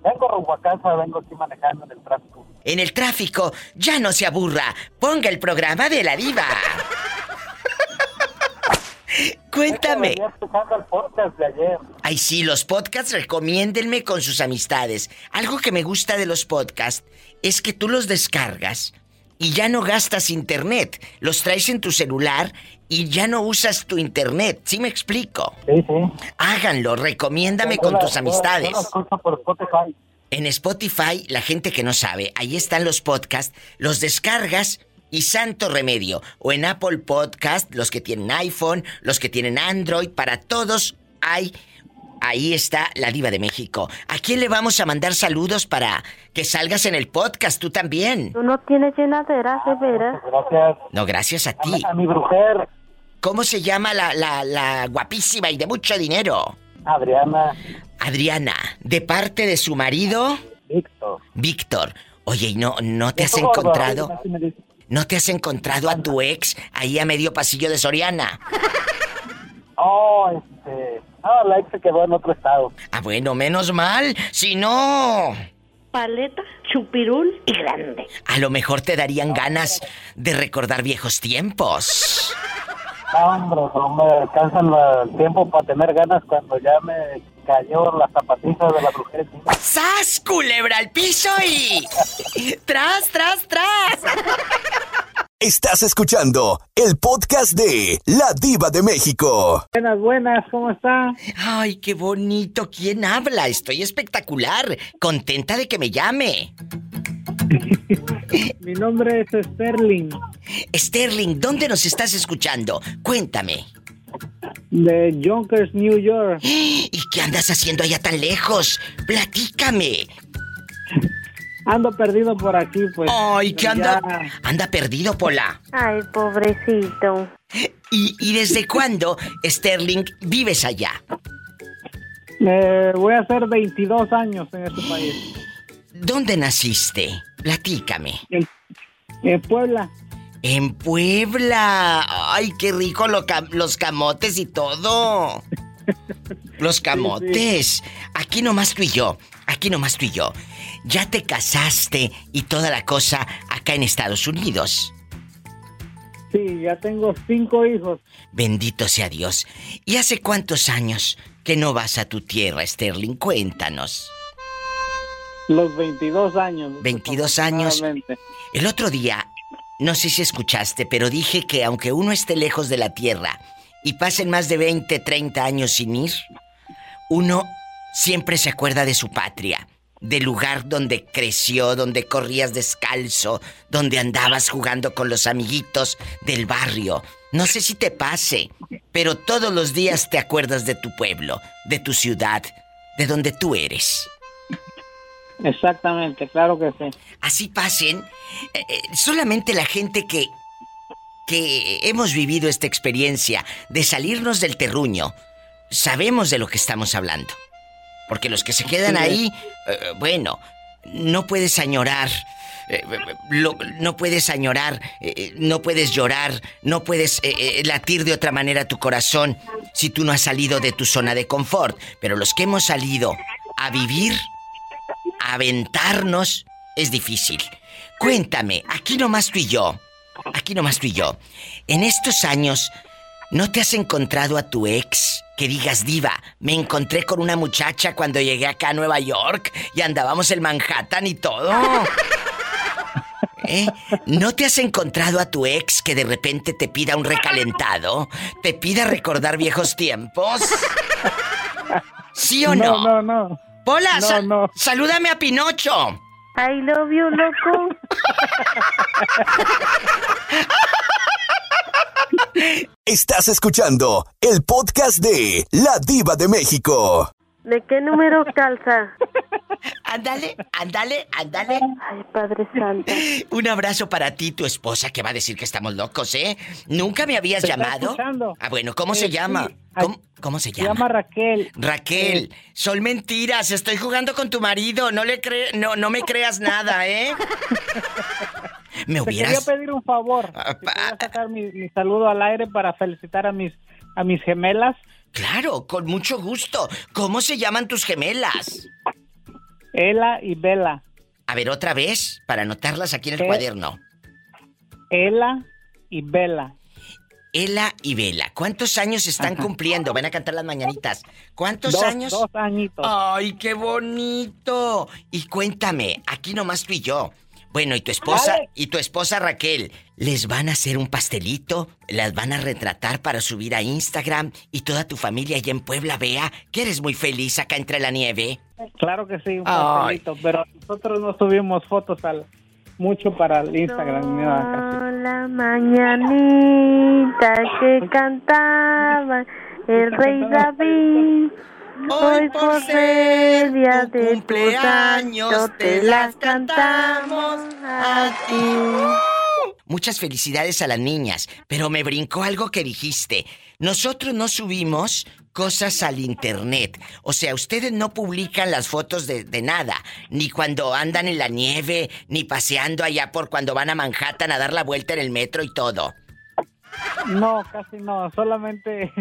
S6: Vengo rumbo a casa, vengo aquí manejando en el tráfico.
S2: En el tráfico, ya no se aburra. Ponga el programa de la diva. Cuéntame.
S13: de ayer.
S2: Ay, sí, los podcasts recomiéndenme con sus amistades. Algo que me gusta de los podcasts es que tú los descargas y ya no gastas internet. Los traes en tu celular y ya no usas tu internet. ¿Sí me explico?
S13: Sí, sí.
S2: Háganlo, recomiéndame con tus amistades.
S13: Spotify.
S2: En Spotify, la gente que no sabe, ahí están los podcasts, los descargas y santo remedio. O en Apple Podcast, los que tienen iPhone, los que tienen Android, para todos hay. Ahí está la diva de México. ¿A quién le vamos a mandar saludos para que salgas en el podcast tú también?
S4: Tú no tienes llenadera, de veras.
S13: Gracias.
S2: No, gracias a ti.
S13: A mi brujer,
S2: ¿Cómo se llama la, la, la guapísima y de mucho dinero?
S13: Adriana,
S2: Adriana, de parte de su marido,
S13: Víctor.
S2: Víctor. Oye, ¿y no, no te has
S13: Gordo,
S2: encontrado?
S13: así me dice.
S2: ¿No te has encontrado a tu ex ahí a medio pasillo de Soriana?
S13: Oh, este. Ah, la ex se quedó en otro estado.
S2: Ah, bueno, menos mal. Si no,
S4: Paleta, chupirul y grande.
S2: a lo mejor te darían ganas de recordar viejos tiempos.
S13: No, hombre, no me alcanzan la- el tiempo para tener ganas cuando ya me cayó la zapatilla de la brujer.
S2: ¡Sas, culebra al piso y... ¡Tras, tras, tras!
S1: Estás escuchando el podcast de La Diva de México.
S2: Buenas, buenas, ¿cómo está? Ay, qué bonito. ¿Quién habla? Estoy espectacular. Contenta de que me llame.
S6: Mi nombre es Sterling,
S2: Sterling, ¿dónde nos estás escuchando? Cuéntame.
S6: de Yonkers, New York.
S2: ¿Y qué andas haciendo allá tan lejos? Platícame.
S6: Ando perdido por aquí, pues.
S2: Ay, ¿qué
S6: Ya-
S2: anda? Anda perdido, Pola.
S4: Ay, pobrecito.
S2: ¿Y, y desde cuándo, Sterling, vives allá?
S6: Eh, voy a hacer 22 años en este país.
S2: ¿Dónde naciste? Platícame.
S6: En Puebla.
S2: En Puebla. Ay, qué rico lo ca- los camotes y todo. Los camotes. Aquí nomás tú y yo. Aquí nomás tú y yo. Ya te casaste y toda la cosa acá en Estados Unidos.
S6: Sí, ya tengo cinco hijos.
S2: Bendito sea Dios. ¿Y hace cuántos años que no vas a tu tierra, Sterling? Cuéntanos.
S6: Los 22 años.
S2: 22 años. El otro día, no sé si escuchaste, pero dije que aunque uno esté lejos de la tierra y pasen más de 20, 30 años sin ir, uno siempre se acuerda de su patria, del lugar donde creció, donde corrías descalzo, donde andabas jugando con los amiguitos del barrio. No sé si te pase, pero todos los días te acuerdas de tu pueblo, de tu ciudad, de donde tú eres.
S6: Exactamente, claro que sí.
S2: así pasen, eh, eh, solamente la gente que que hemos vivido esta experiencia de salirnos del terruño, sabemos de lo que estamos hablando. Porque los que se quedan
S6: Sí.
S2: ahí, eh, bueno, no puedes añorar, eh, eh, lo- no puedes añorar, eh, eh, no puedes llorar, no puedes eh, eh, latir de otra manera tu corazón si tú no has salido de tu zona de confort. Pero los que hemos salido a vivir, a aventarnos, es difícil. Cuéntame, aquí nomás tú y yo, aquí nomás tú y yo, en estos años, ¿no te has encontrado a tu ex? Que digas, diva, me encontré con una muchacha cuando llegué acá a Nueva York y andábamos en Manhattan y todo. ¿Eh? ¿No te has encontrado a tu ex que de repente te pida un recalentado? ¿Te pida recordar viejos tiempos? ¿Sí o no?
S6: No, no, no.
S2: Hola,
S6: No,
S2: sa- salúdame a Pinocho.
S4: I love you, loco.
S1: Estás escuchando el podcast de La Diva de México.
S4: ¿De qué número calza?
S2: Ándale, ándale, ándale.
S4: Ay, Padre Santo.
S2: Un abrazo para ti, tu esposa, que va a decir que estamos locos, ¿eh? ¿Nunca me habías
S6: Te está
S2: llamado?
S6: escuchando.
S2: Ah, bueno, ¿cómo
S6: Eh,
S2: se
S6: sí.
S2: llama?
S6: Ay,
S2: ¿Cómo, cómo se
S6: Se
S2: llama?
S6: llama Raquel. Eh.
S2: Raquel, son mentiras, estoy jugando con tu marido, no le cre no, no me creas nada, ¿eh? Me
S6: Te quería
S2: hubieras. Ah,
S6: pedir un favor. Si quería sacar mi, mi saludo al aire para felicitar a mis a mis gemelas.
S2: Claro, con mucho gusto. ¿Cómo se llaman tus gemelas?
S6: Ela y Bela.
S2: A ver, otra vez, para anotarlas aquí en el
S6: Eh.
S2: cuaderno.
S6: Ela y Bela.
S2: Ela y Vela, ¿cuántos años están cumpliendo? Van a cantar las mañanitas. ¿Cuántos
S14: Dos-
S2: años?
S14: dos añitos.
S2: ¡Ay, qué bonito! Y cuéntame, aquí nomás tú y yo. Bueno, y tu esposa
S14: Vale.
S2: y tu esposa Raquel, ¿les van a hacer un pastelito? ¿Las van a retratar para subir a Instagram? Y toda tu familia allá en Puebla vea que eres muy feliz acá entre la nieve.
S14: Claro que sí, un
S2: Ay.
S14: pastelito, pero nosotros no subimos fotos al mucho para el Instagram. ni nada.
S4: La mañanita que cantaba el rey David. Hoy por ser día de cumpleaños te las cantamos a ti.
S2: Muchas felicidades a las niñas, pero me brincó algo que dijiste. Nosotros no subimos cosas al internet. O sea, ustedes no publican las fotos de, de nada, ni cuando andan en la nieve, ni paseando allá por cuando van a Manhattan a dar la vuelta en el metro y todo.
S14: No, casi no, solamente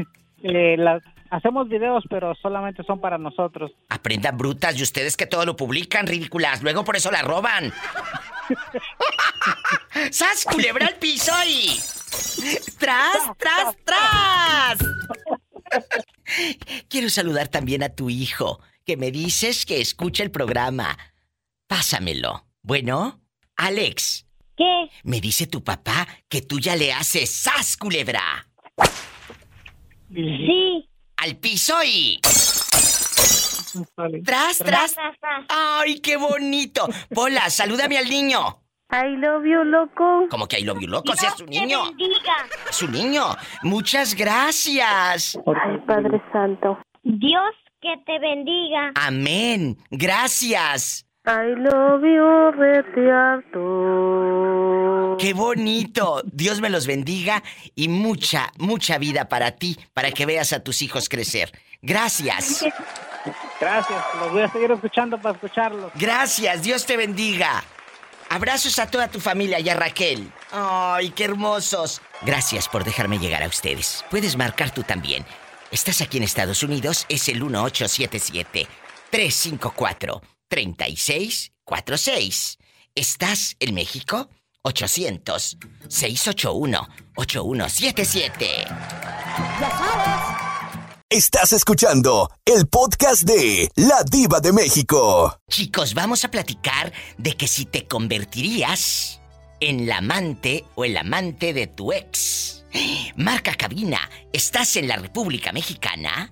S14: eh, las- hacemos videos, pero solamente son para nosotros.
S2: Aprendan brutas y ustedes que todo lo publican, ridículas. Luego por eso la roban. ¡Sas, culebra al piso y... ¡Tras, tras, tras! Quiero saludar también a tu hijo, que me dices que escucha el programa. Pásamelo. Bueno, Alex.
S15: ¿Qué?
S2: Me dice tu papá que tú ya le haces sas, culebra.
S15: Sí.
S2: Al piso y... Tras, tras. ¡Ay, qué bonito! Pola, salúdame al niño.
S4: I love you, loco.
S2: Como que I love you, loco, si es un
S4: te
S2: niño. Es un niño. Muchas gracias.
S4: Ay, Padre Santo.
S15: Dios que te bendiga.
S2: Amén. Gracias.
S4: I love you, rete harto.
S2: Qué bonito. Dios me los bendiga y mucha, mucha vida para ti, para que veas a tus hijos crecer. Gracias.
S14: Gracias, los voy a seguir escuchando para escucharlos.
S2: Gracias. Dios te bendiga. Abrazos a toda tu familia y a Raquel. Ay, qué hermosos. Gracias por dejarme llegar a ustedes. Puedes marcar tú también. Estás aquí en Estados Unidos, es el 1877-354-3646. ¿Estás en México? 800-681-8177.
S1: Estás escuchando el podcast de La Diva de México.
S2: Chicos, vamos a platicar de que si te convertirías en la amante o el amante de tu ex. Marca cabina, ¿estás en la República Mexicana?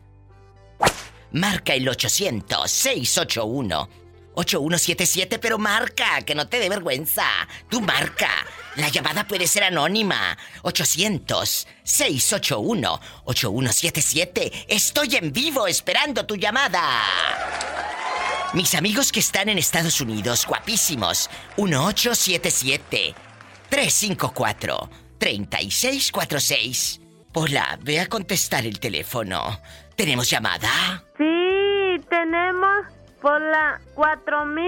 S2: Marca el 800-681-8177, pero marca, que no te dé vergüenza. Tú marca. La llamada puede ser anónima. 800-681-8177. Estoy en vivo esperando tu llamada. Mis amigos que están en Estados Unidos, guapísimos, 1877-354-3646. Hola, ve a contestar el teléfono. ¿Tenemos llamada?
S4: Sí, tenemos por la 4000.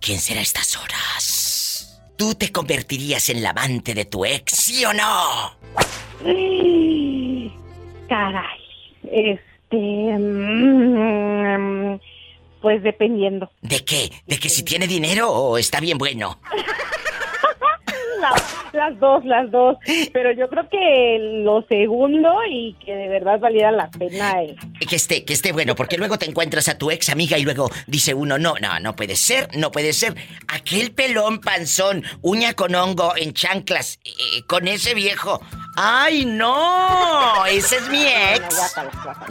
S2: ¿Quién será a estas horas? ¿Tú te convertirías en la amante de tu ex, sí o no?
S11: Caray. Este. mm, pues dependiendo.
S2: ¿De qué? ¿De que si tiene dinero o está bien bueno?
S11: Las dos, las dos. Pero yo creo que lo segundo y que de verdad valiera la pena el.
S2: Que esté, que esté bueno, porque luego te encuentras a tu ex amiga y luego dice uno, no, no, no puede ser, no puede ser. Aquel pelón panzón, uña con hongo, en chanclas, eh, eh, con ese viejo. ¡Ay, no! Ese es mi ex.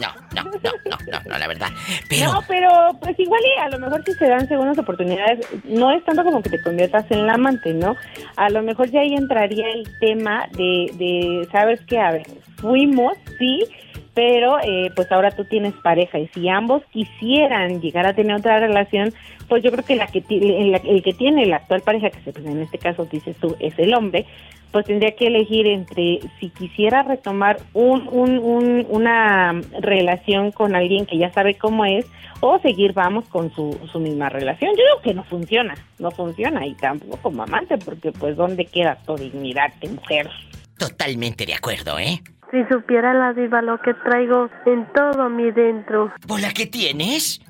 S2: No, no, no, no, no, no, la verdad. Pero,
S11: No, pero pues igual y a lo mejor si se dan segundas oportunidades, no es tanto como que te conviertas en la amante, ¿no? A lo mejor ya ahí entraría el tema de, de ¿sabes qué? A ver, fuimos, sí, pero eh, pues ahora tú tienes pareja y si ambos quisieran llegar a tener otra relación, pues yo creo que la que ti- el, el que tiene la actual pareja, que se- pues, en este caso dices tú es el hombre, pues tendría que elegir entre si quisiera retomar un, un- un- una relación con alguien que ya sabe cómo es o seguir vamos con su, su misma relación. Yo digo que no funciona, no funciona y tampoco como amante porque pues ¿dónde queda tu dignidad de mujer?
S2: totalmente de acuerdo, ¿eh?
S4: Si supiera la diva lo que traigo en todo mi dentro.
S2: ¿Bola qué tienes?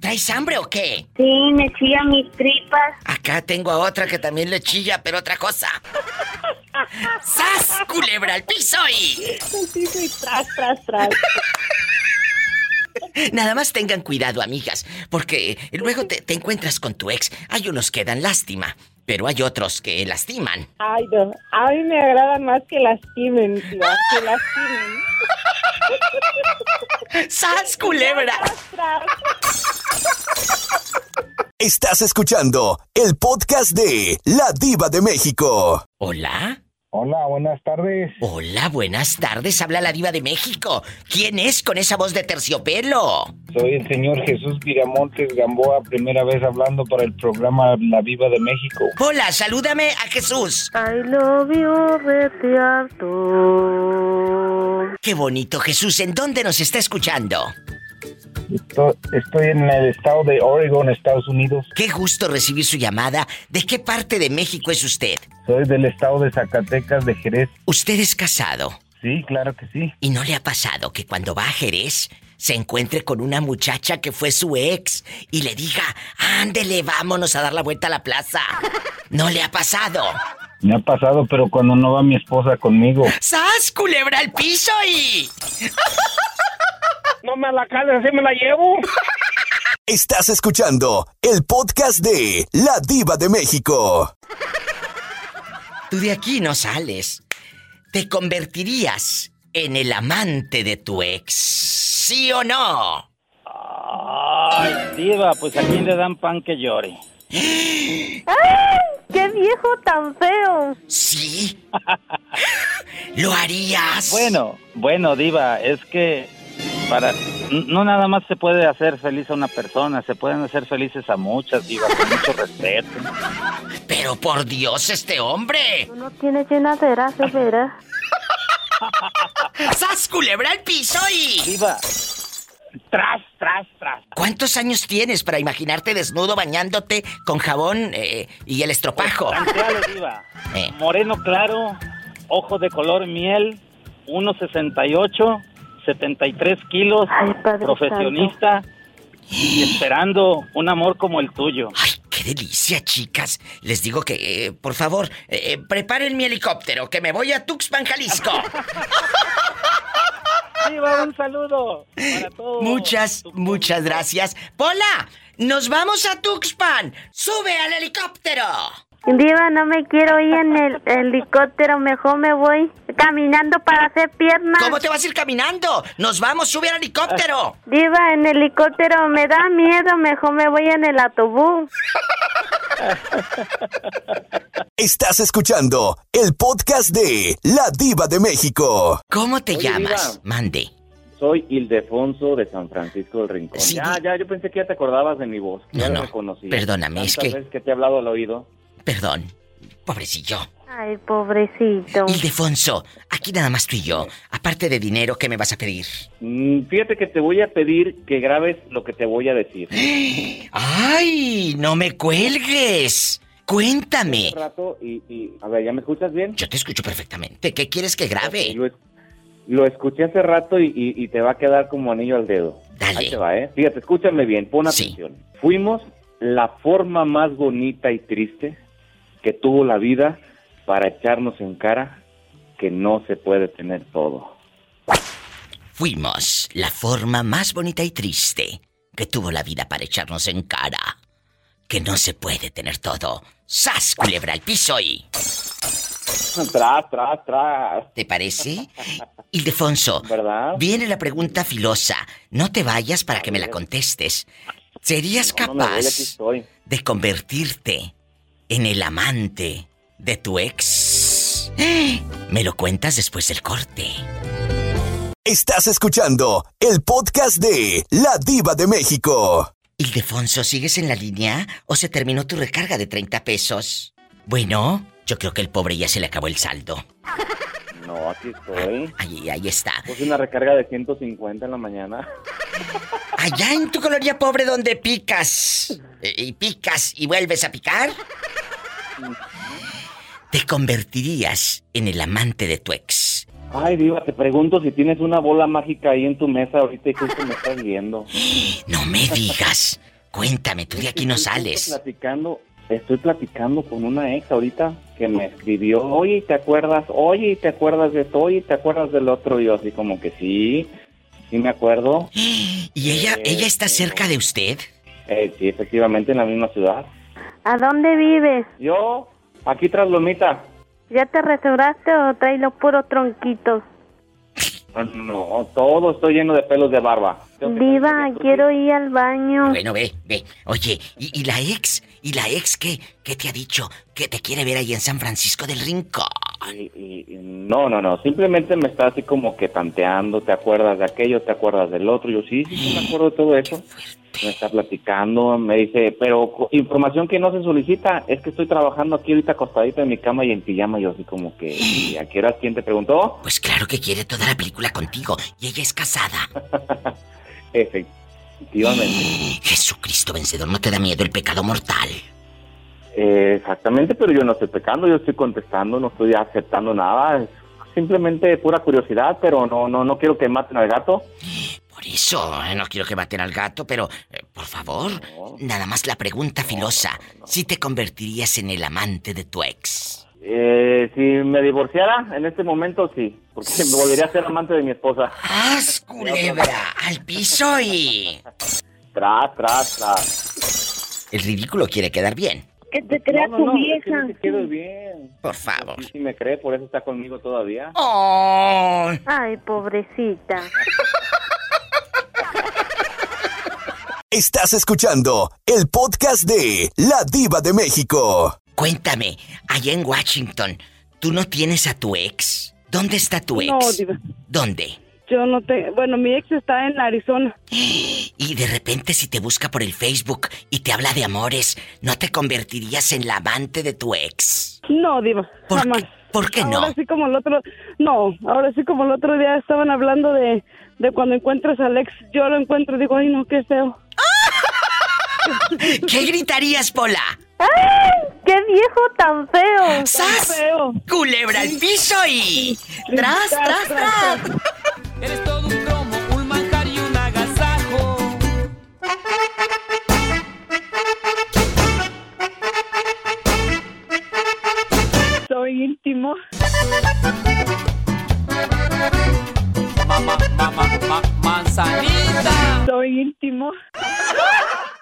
S2: ¿Traes hambre o qué?
S15: Sí, me chilla mis tripas.
S2: Acá tengo a otra que también le chilla, pero otra cosa. ¡Sas, culebra al piso y...
S7: Al piso y tras, tras, tras.
S2: Nada más tengan cuidado, amigas, porque luego te, te encuentras con tu ex. Hay unos que dan lástima, pero hay otros que lastiman.
S16: Ay, no. A mí me agrada más que lastimen, tío, que lastimen.
S2: ¡Sas, culebra!
S1: Estás escuchando el podcast de La Diva de México.
S2: Hola.
S17: Hola, buenas tardes.
S2: Hola, buenas tardes. Habla la diva de México. ¿Quién es con esa voz de terciopelo?
S17: Soy el señor Jesús Viramontes Gamboa, primera vez hablando para el programa La Diva de México.
S2: Hola, salúdame a Jesús.
S4: I love you, vete harto.
S2: Qué bonito, Jesús. ¿En dónde nos está escuchando?
S17: Esto- Estoy en el estado de Oregon, Estados Unidos.
S2: Qué gusto recibir su llamada. ¿De qué parte de México es usted?
S17: Soy del estado de Zacatecas, de Jerez.
S2: ¿Usted es casado?
S17: Sí, claro que sí.
S2: ¿Y no le ha pasado que cuando va a Jerez se encuentre con una muchacha que fue su ex y le diga, ándele, vámonos a dar la vuelta a la plaza? ¿No le ha pasado?
S17: Me ha pasado, pero cuando no va mi esposa conmigo.
S2: ¡Sas, culebra al piso y...
S6: No me la cales, así me la llevo.
S1: Estás escuchando el podcast de La Diva de México.
S2: Tú de aquí no sales. Te convertirías en el amante de tu ex. ¿Sí o no?
S6: Ay, diva, pues aquí le dan pan que llore.
S4: ¡Ay! ¡Qué viejo tan feo!
S2: Sí. ¿Lo harías?
S6: Bueno, bueno, diva, es que para no nada más se puede hacer feliz a una persona, se pueden hacer felices a muchas, diva, con mucho respeto.
S2: Pero por Dios, este hombre.
S4: No tiene llenadera, se verá.
S2: ¡Sas, culebra al piso y...
S6: Diva. Tras, tras, tras.
S2: ¿Cuántos años tienes para imaginarte desnudo bañándote con jabón eh, y el estropajo?
S6: Tantealo, diva.
S2: Eh.
S6: Moreno claro, ojo de color miel, 1.68, 73 kilos,
S4: Padre
S6: profesionista y esperando un amor como el tuyo.
S2: ¡Qué delicia, chicas! Les digo que, eh, por favor, eh, eh, preparen mi helicóptero, que me voy a Tuxpan, Jalisco.
S6: Diva, un saludo para todos.
S2: Muchas, muchas gracias. ¡Pola! ¡Nos vamos a Tuxpan! ¡Sube al helicóptero!
S4: Diva, no me quiero ir en el helicóptero, mejor me voy caminando para hacer piernas.
S2: ¿Cómo te vas a ir caminando? ¡Nos vamos, sube
S6: Ah,
S2: al helicóptero!
S4: Diva, en helicóptero me da miedo, mejor me voy en el autobús.
S1: Estás escuchando el podcast de La Diva de México.
S2: ¿Cómo te
S1: Oye,
S2: llamas?
S1: Diva.
S2: Mande.
S18: Soy Ildefonso de San Francisco del Rincón.
S2: Sí.
S18: ya, ya, yo pensé que ya te acordabas de mi voz. que
S2: No,
S18: ya la
S2: no,
S18: reconocí.
S2: perdóname,
S18: Tantas
S2: es que-
S18: veces que te he hablado al oído.
S2: Perdón. Pobrecillo.
S4: Ay, pobrecito.
S2: Ildefonso, aquí nada más tú y yo. Aparte de dinero, ¿qué me vas a pedir?
S18: Mm, Fíjate que te voy a pedir que grabes lo que te voy a decir.
S2: ¡Ah! ¡Ay! ¡No me cuelgues! Cuéntame.
S18: Un rato y, y- a ver, ¿ya me escuchas bien?
S2: Yo te escucho perfectamente. ¿Qué quieres que grabe?
S18: Lo, es- lo escuché hace rato y, y- y te va a quedar como anillo al dedo. Ahí te va, ¿eh? Fíjate, escúchame bien, pon atención. Fuimos la forma más bonita y triste que tuvo la vida para echarnos en cara que no se puede tener todo.
S2: Fuimos la forma más bonita y triste que tuvo la vida para echarnos en cara. Que no se puede tener todo. ¡Sas, culebra al piso y!
S18: Tras, tras, tras.
S2: ¿Te parece? Ildefonso,
S18: ¿verdad?
S2: viene la pregunta filosa. No te vayas para que me la contestes. ¿Serías
S18: No me voy, aquí
S2: capaz
S18: estoy.
S2: de convertirte en el amante de tu ex? ¡Eh! Me lo cuentas después del corte.
S1: Estás escuchando el podcast de La Diva de México.
S2: Ildefonso, ¿sigues en la línea o se terminó tu recarga de 30 pesos? Bueno, yo creo que el pobre ya se le acabó el saldo. Ah,
S18: No, aquí estoy.
S2: Ahí, ahí está.
S18: Puse una recarga de 150 en la mañana.
S2: Allá en tu colonia pobre donde picas eh, y picas y vuelves a picar, te convertirías en el amante de tu ex.
S18: Ay, Diva, te pregunto si tienes una bola mágica ahí en tu mesa ahorita y justo me estás viendo.
S2: No me digas. Cuéntame, tú de aquí no sales.
S18: Platicando, estoy platicando con una ex ahorita que me escribió, oye, ¿te acuerdas? Oye, ¿te acuerdas de esto? Oye, ¿te acuerdas del otro? Y yo así como que sí, sí me acuerdo.
S2: ¿Y ella, ella está cerca de usted?
S18: Eh, sí, efectivamente, en la misma ciudad.
S4: ¿A dónde vives?
S18: Yo, aquí tras Lomita.
S4: ¿Ya te restauraste o traes los puros tronquitos?
S18: Ah, No, todo estoy lleno de pelos de barba.
S4: Diva, quiero ir al baño.
S2: Bueno, ve, ve. Oye, ¿y, y la ex? ¿Y la ex qué? ¿Qué te ha dicho? ¿Que te quiere ver ahí en San Francisco del Rincón?
S18: Y- y- y no, no, no. Simplemente me está así como que tanteando. ¿Te acuerdas de aquello? ¿Te acuerdas del otro? Yo sí, sí, sí me acuerdo de todo eso. Me está platicando. Me dice, pero co- información que no se solicita. Es que estoy trabajando aquí ahorita acostadito en mi cama y en pijama. Yo así como que, ¿y a qué horas quién te preguntó?
S2: Pues claro que quiere toda la película contigo. Y ella es casada.
S18: Efectivamente.
S2: Eh, Jesucristo vencedor, ¿no te da miedo el pecado mortal?
S18: Eh, exactamente, pero yo no estoy pecando. Yo estoy contestando, no estoy aceptando nada. Es simplemente pura curiosidad, pero no, no, no quiero que maten al gato.
S2: Por eso, eh, no quiero que maten al gato, pero eh, por favor, nada más la pregunta filosa. ¿Si te convertirías en el amante de tu ex?
S18: Eh, si me divorciara en este momento, sí. Porque me volvería a ser amante de mi esposa.
S2: ¡Haz, culebra! ¡Al piso y...!
S18: Tras, tras, tras.
S2: El ridículo quiere quedar bien.
S16: Que te creas
S18: No, no,
S16: tu
S18: no, es que
S16: vieja.
S18: no te quedo bien.
S2: Por favor.
S18: Si me cree, por eso está conmigo todavía.
S4: Ay, pobrecita.
S1: Estás escuchando el podcast de La Diva de México.
S2: Cuéntame, allá en Washington, ¿tú no tienes a tu ex? ¿Dónde está tu ex?
S16: No, diva.
S2: ¿Dónde?
S16: Yo no te... Bueno, mi ex está en Arizona.
S2: ¡Eh! Y de repente si te busca por el Facebook y te habla de amores, ¿no te convertirías en la amante de tu ex?
S16: No, Diva.
S2: ¿Por
S16: jamás.
S2: qué? ¿Por qué no?
S16: Ahora sí como el otro... No, ahora sí como el otro día estaban hablando de, de cuando encuentras al ex. Yo lo encuentro y digo, ay, no, qué feo.
S2: ¿Qué gritarías, Pola?
S4: ¡Ay! ¡Qué viejo tan feo!
S2: ¡Sas! ¡Culebra al piso y... ¡Tras, tras, tras!
S9: Eres todo un cromo, un manjar y un agasajo.
S16: Soy íntimo.
S9: Mamá, mamá, ma, manzanita.
S16: Soy íntimo.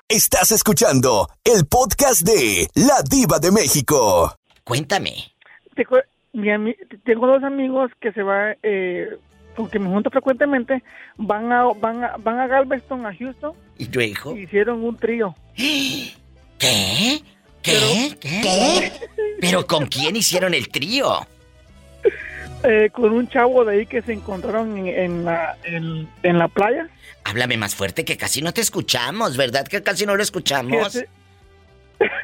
S1: Estás escuchando el podcast de La Diva de México.
S2: Cuéntame.
S19: te cu- mi ami- tengo dos amigos que se va eh, porque me junto frecuentemente van a van a, van a Galveston a Houston
S2: ¿Y tu hijo?
S19: hicieron un trío
S2: ¿Qué? ¿Qué? ¿Qué? ¿Pero con quién hicieron el trío?
S19: eh, con un chavo de ahí que se encontraron en, en la en, en la playa
S2: Háblame más fuerte que casi no te escuchamos, ¿verdad? Que casi no lo escuchamos.
S19: Fíjate.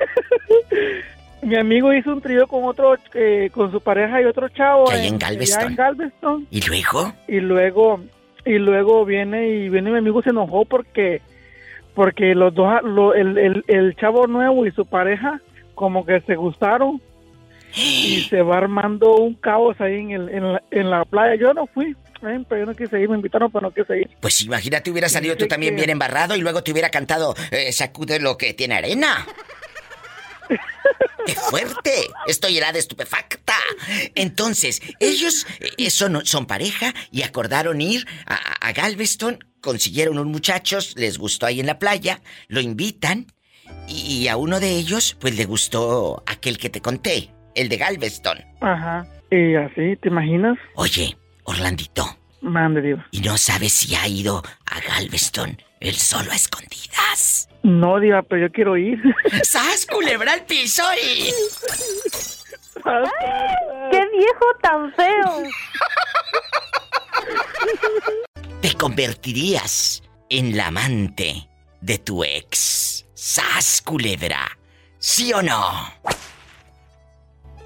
S19: mi amigo hizo un trío con otro eh, con su pareja y otro chavo
S2: Que ahí en
S19: allá
S2: Galveston.
S19: en Galveston
S2: ¿Y luego?
S19: y luego y luego viene y viene mi amigo se enojó porque porque los dos lo- el, el, el chavo nuevo y su pareja como que se gustaron y se va armando un caos ahí en, el, en, la, en la playa yo no fui eh, pero yo no quise ir me invitaron pero no quise ir
S2: Pues imagínate, hubiera salido tú también bien embarrado y luego te hubiera cantado eh, Sacude lo que tiene arena. ¡Qué fuerte! Estoy helada estupefacta. Entonces, ellos eh, son, son pareja y acordaron ir a, a Galveston, consiguieron unos muchachos, les gustó ahí en la playa, lo invitan y, y a uno de ellos, pues le gustó aquel que te conté, el de Galveston.
S19: ajá y así te imaginas
S2: Oye, Orlandito,
S19: mande diva
S2: ¿y no sabes si ha ido a Galveston él solo a escondidas?
S19: no diva pero yo quiero ir
S2: ¡Sas, culebra al piso y...
S4: ¡Qué viejo tan feo!
S2: Te convertirías en la amante de tu ex. ¡Sas, culebra! ¿Sí o no?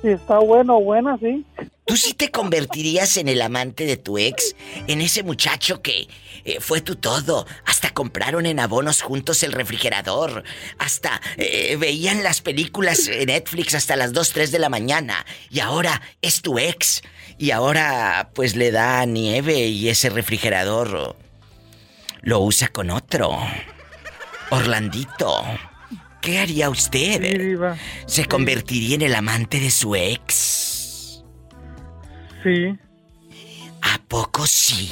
S19: si está bueno o buena sí
S2: ¿Tú sí te convertirías en el amante de tu ex? En ese muchacho que eh, fue tu todo. Hasta compraron en abonos juntos el refrigerador. Hasta eh, veían las películas en Netflix hasta las 2, 3 de la mañana. Y ahora es tu ex. Y ahora pues le da nieve y ese refrigerador lo usa con otro. Orlandito. ¿Qué haría usted? ¿Se convertiría en el amante de su ex?
S19: Sí.
S2: ¿A poco sí?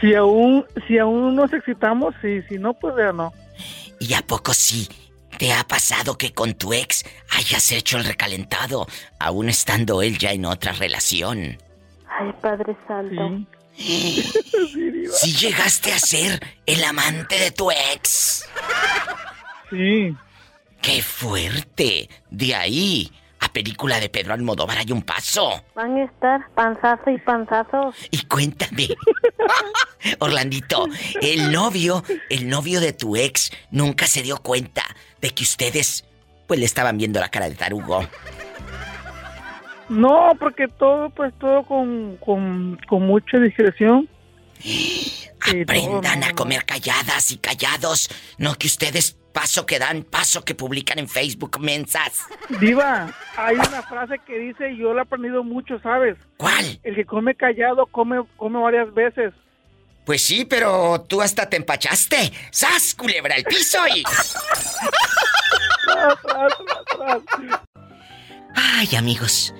S19: Si aún, si aún nos excitamos, sí, si no, pues ya no.
S2: ¿Y a poco sí? ¿Te ha pasado que con tu ex hayas hecho el recalentado, aún estando él ya en otra relación?
S4: Ay, Padre Santo.
S2: Si llegaste a ser el amante de tu ex.
S19: Sí.
S2: ¡Qué fuerte! De ahí, a película de Pedro Almodóvar hay un paso.
S4: Van a estar panzazo y panzazo.
S2: Y cuéntame. Orlandito, el novio, el novio de tu ex nunca se dio cuenta de que ustedes, pues le estaban viendo la cara de tarugo.
S19: No, porque todo, pues todo con, con, con mucha discreción.
S2: Aprendan a comer calladas y callados, no que ustedes paso que dan, paso que publican en Facebook mensas.
S19: Diva, hay una frase que dice, y yo la he aprendido mucho, ¿sabes?
S2: ¿Cuál?
S19: El que come callado come, come varias veces.
S2: Pues sí, pero tú hasta te empachaste. ¡Sas, culebra al piso y...
S19: Tras, tras, tras, tras.
S2: Ay, amigos,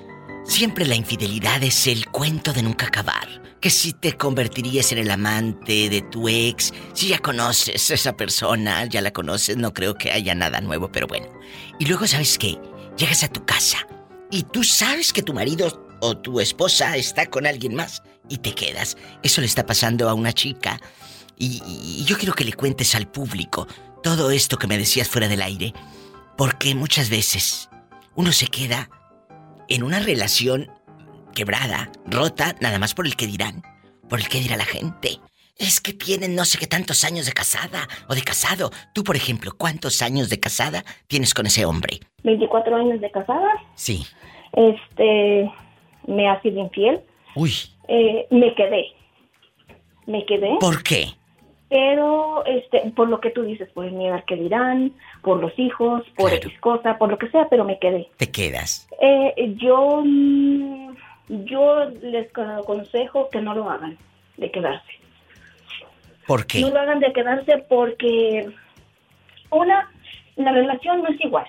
S2: siempre la infidelidad es el cuento de nunca acabar. Que si te convertirías en el amante de tu ex, si ya conoces a esa persona, ya la conoces, no creo que haya nada nuevo, pero bueno. Y luego, ¿sabes qué? Llegas a tu casa y tú sabes que tu marido o tu esposa está con alguien más y te quedas. Eso le está pasando a una chica. Y, y yo quiero que le cuentes al público todo esto que me decías fuera del aire, porque muchas veces uno se queda en una relación quebrada, rota, nada más por el que dirán, por el que dirá la gente. Es que tienen no sé qué tantos años de casada o de casado. Tú, por ejemplo, ¿cuántos años de casada tienes con ese hombre?
S20: 24 años de casada.
S2: Sí.
S20: Este, me ha sido infiel.
S2: Uy.
S20: Eh, me quedé. Me quedé.
S2: ¿Por qué?
S20: Pero, este, por lo que tú dices, por el miedo al que dirán, por los hijos, por
S2: Claro.
S20: X cosa, por lo que sea, pero me quedé.
S2: Te quedas.
S20: Eh, yo, mm, yo les aconsejo que no lo hagan de quedarse.
S2: ¿Por qué?
S20: No lo hagan de quedarse porque, una, la relación no es igual.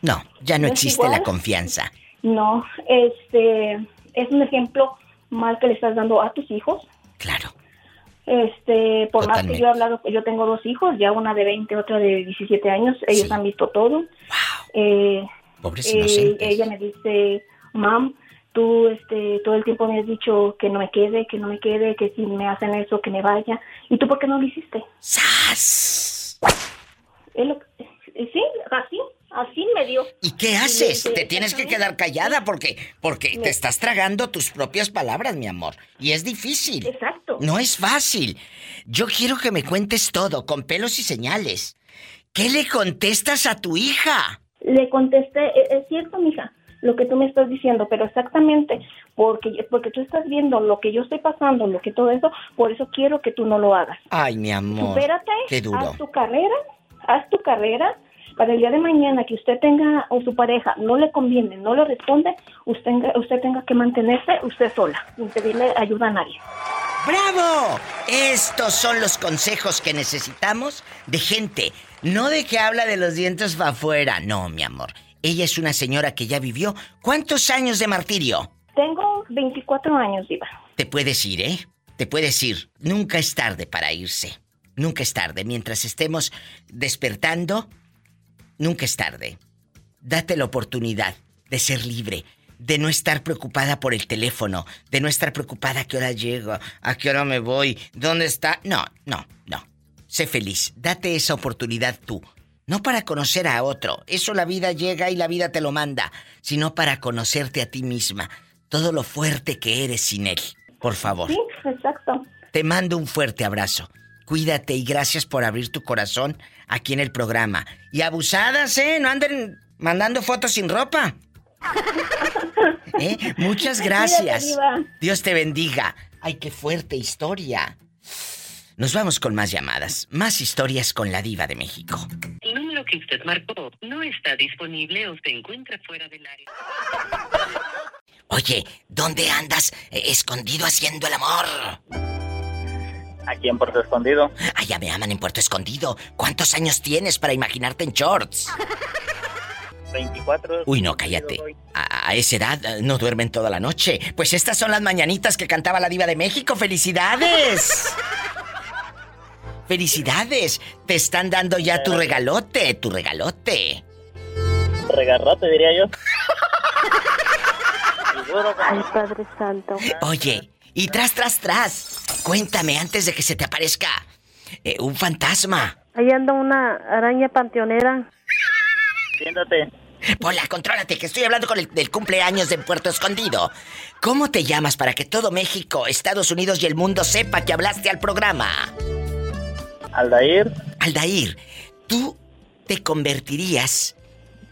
S2: No, ya no
S20: ¿No es
S2: existe la
S20: igual?
S2: confianza.
S20: No, este, es un ejemplo mal que le estás dando a tus hijos.
S2: Claro.
S20: Este, por más que
S2: Totalmente.
S20: yo he hablado, yo tengo dos hijos, ya una de 20, otra de 17 años, ellos han visto todo. Eh,
S2: Pobres
S20: eh,
S2: inocentes.
S20: ella me dice, mam, tú este, todo el tiempo me has dicho que no me quede, que no me quede, que si me hacen eso, que me vaya. ¿Y tú por qué no lo hiciste? Es lo que- eh, sí, así, así me dio.
S2: ¿Y qué haces? Te tienes que quedar callada porque porque te estás tragando tus propias palabras, mi amor, y es difícil.
S20: Exacto.
S2: No es fácil. Yo quiero que me cuentes todo con pelos y señales. ¿Qué le contestas a tu hija?
S20: Le contesté, "E- es cierto, mija, lo que tú me estás diciendo, pero exactamente porque, yo- porque tú estás viendo lo que yo estoy pasando, lo que todo eso, por eso quiero que tú no lo hagas.
S2: Ay, mi amor.
S20: Supérate,
S2: Qué duro.
S20: haz tu carrera, haz tu carrera. Para el día de mañana que usted tenga o su pareja no le conviene, no le responde, usted tenga, usted tenga que mantenerse usted sola, sin pedirle ayuda a nadie.
S2: ¡Bravo! Estos son los consejos que necesitamos de gente. No de que habla de los dientes para afuera. No, mi amor. Ella es una señora que ya vivió. ¿Cuántos años de martirio?
S20: Tengo 24 años, Diva.
S2: Te puedes ir, ¿eh? Te puedes ir. Nunca es tarde para irse. Nunca es tarde. Mientras estemos despertando, nunca es tarde. Date la oportunidad de ser libre, de no estar preocupada por el teléfono, de no estar preocupada a qué hora llego, a qué hora me voy, dónde está. No, no, no. Sé feliz. Date esa oportunidad tú. No para conocer a otro, eso la vida llega y la vida te lo manda, sino para conocerte a ti misma, todo lo fuerte que eres sin él. Por favor.
S20: Sí, exacto.
S2: Te mando un fuerte abrazo. Cuídate y gracias por abrir tu corazón aquí en el programa. Y abusadas, ¿eh? No anden mandando fotos sin ropa. ¿Eh? Muchas gracias.
S20: Cuídate, diva.
S2: Dios te bendiga. Ay, qué fuerte historia. Nos vamos con más llamadas, más historias con la diva de México.
S21: El número que usted marcó no está disponible o se encuentra fuera del área.
S2: Oye, ¿dónde andas eh, escondido haciendo el amor?
S6: Aquí en Puerto Escondido.
S2: Ah, ya me aman en Puerto Escondido. ¿Cuántos años tienes para imaginarte en shorts?
S6: 24.
S2: Uy, no, cállate. A, a esa edad eh, no duermen toda la noche. Pues estas son las mañanitas que cantaba la diva de México. ¡Felicidades! ¡Felicidades! Te están dando ya tu regalote, tu regalote.
S6: Regarrote, diría yo.
S20: Ay, Padre Santo.
S2: Oye, y tras, tras, tras. Cuéntame antes de que se te aparezca eh, un fantasma.
S20: Ahí anda una araña panteonera.
S6: Siéntate.
S2: Hola, contrólate, que estoy hablando con el del cumpleaños de Puerto Escondido. ¿Cómo te llamas para que todo México, Estados Unidos y el mundo sepa que hablaste al programa?
S6: Aldair.
S2: Aldair, tú te convertirías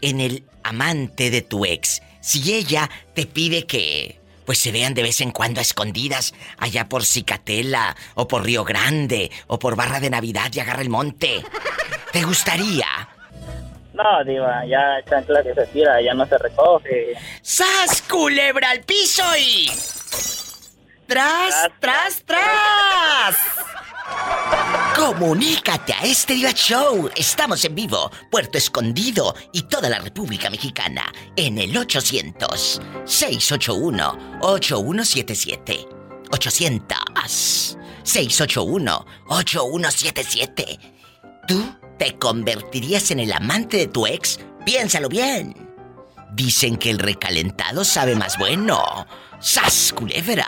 S2: en el amante de tu ex si ella te pide que pues se vean de vez en cuando a escondidas allá por Cicatela o por Río Grande o por Barra de Navidad y agarra el monte. ¿Te gustaría?
S6: No, Diva, ya chancla que se tira, ya no se recoge.
S2: ¡Sas, culebra al piso y... ¡Tras, tras, tras! Comunícate a este Diva Show. Estamos en vivo, Puerto Escondido y toda la República Mexicana en el 800 681 8177. 800 681 8177. ¿Tú te convertirías en el amante de tu ex? Piénsalo bien. Dicen que el recalentado sabe más bueno. ¡Sas, culebra!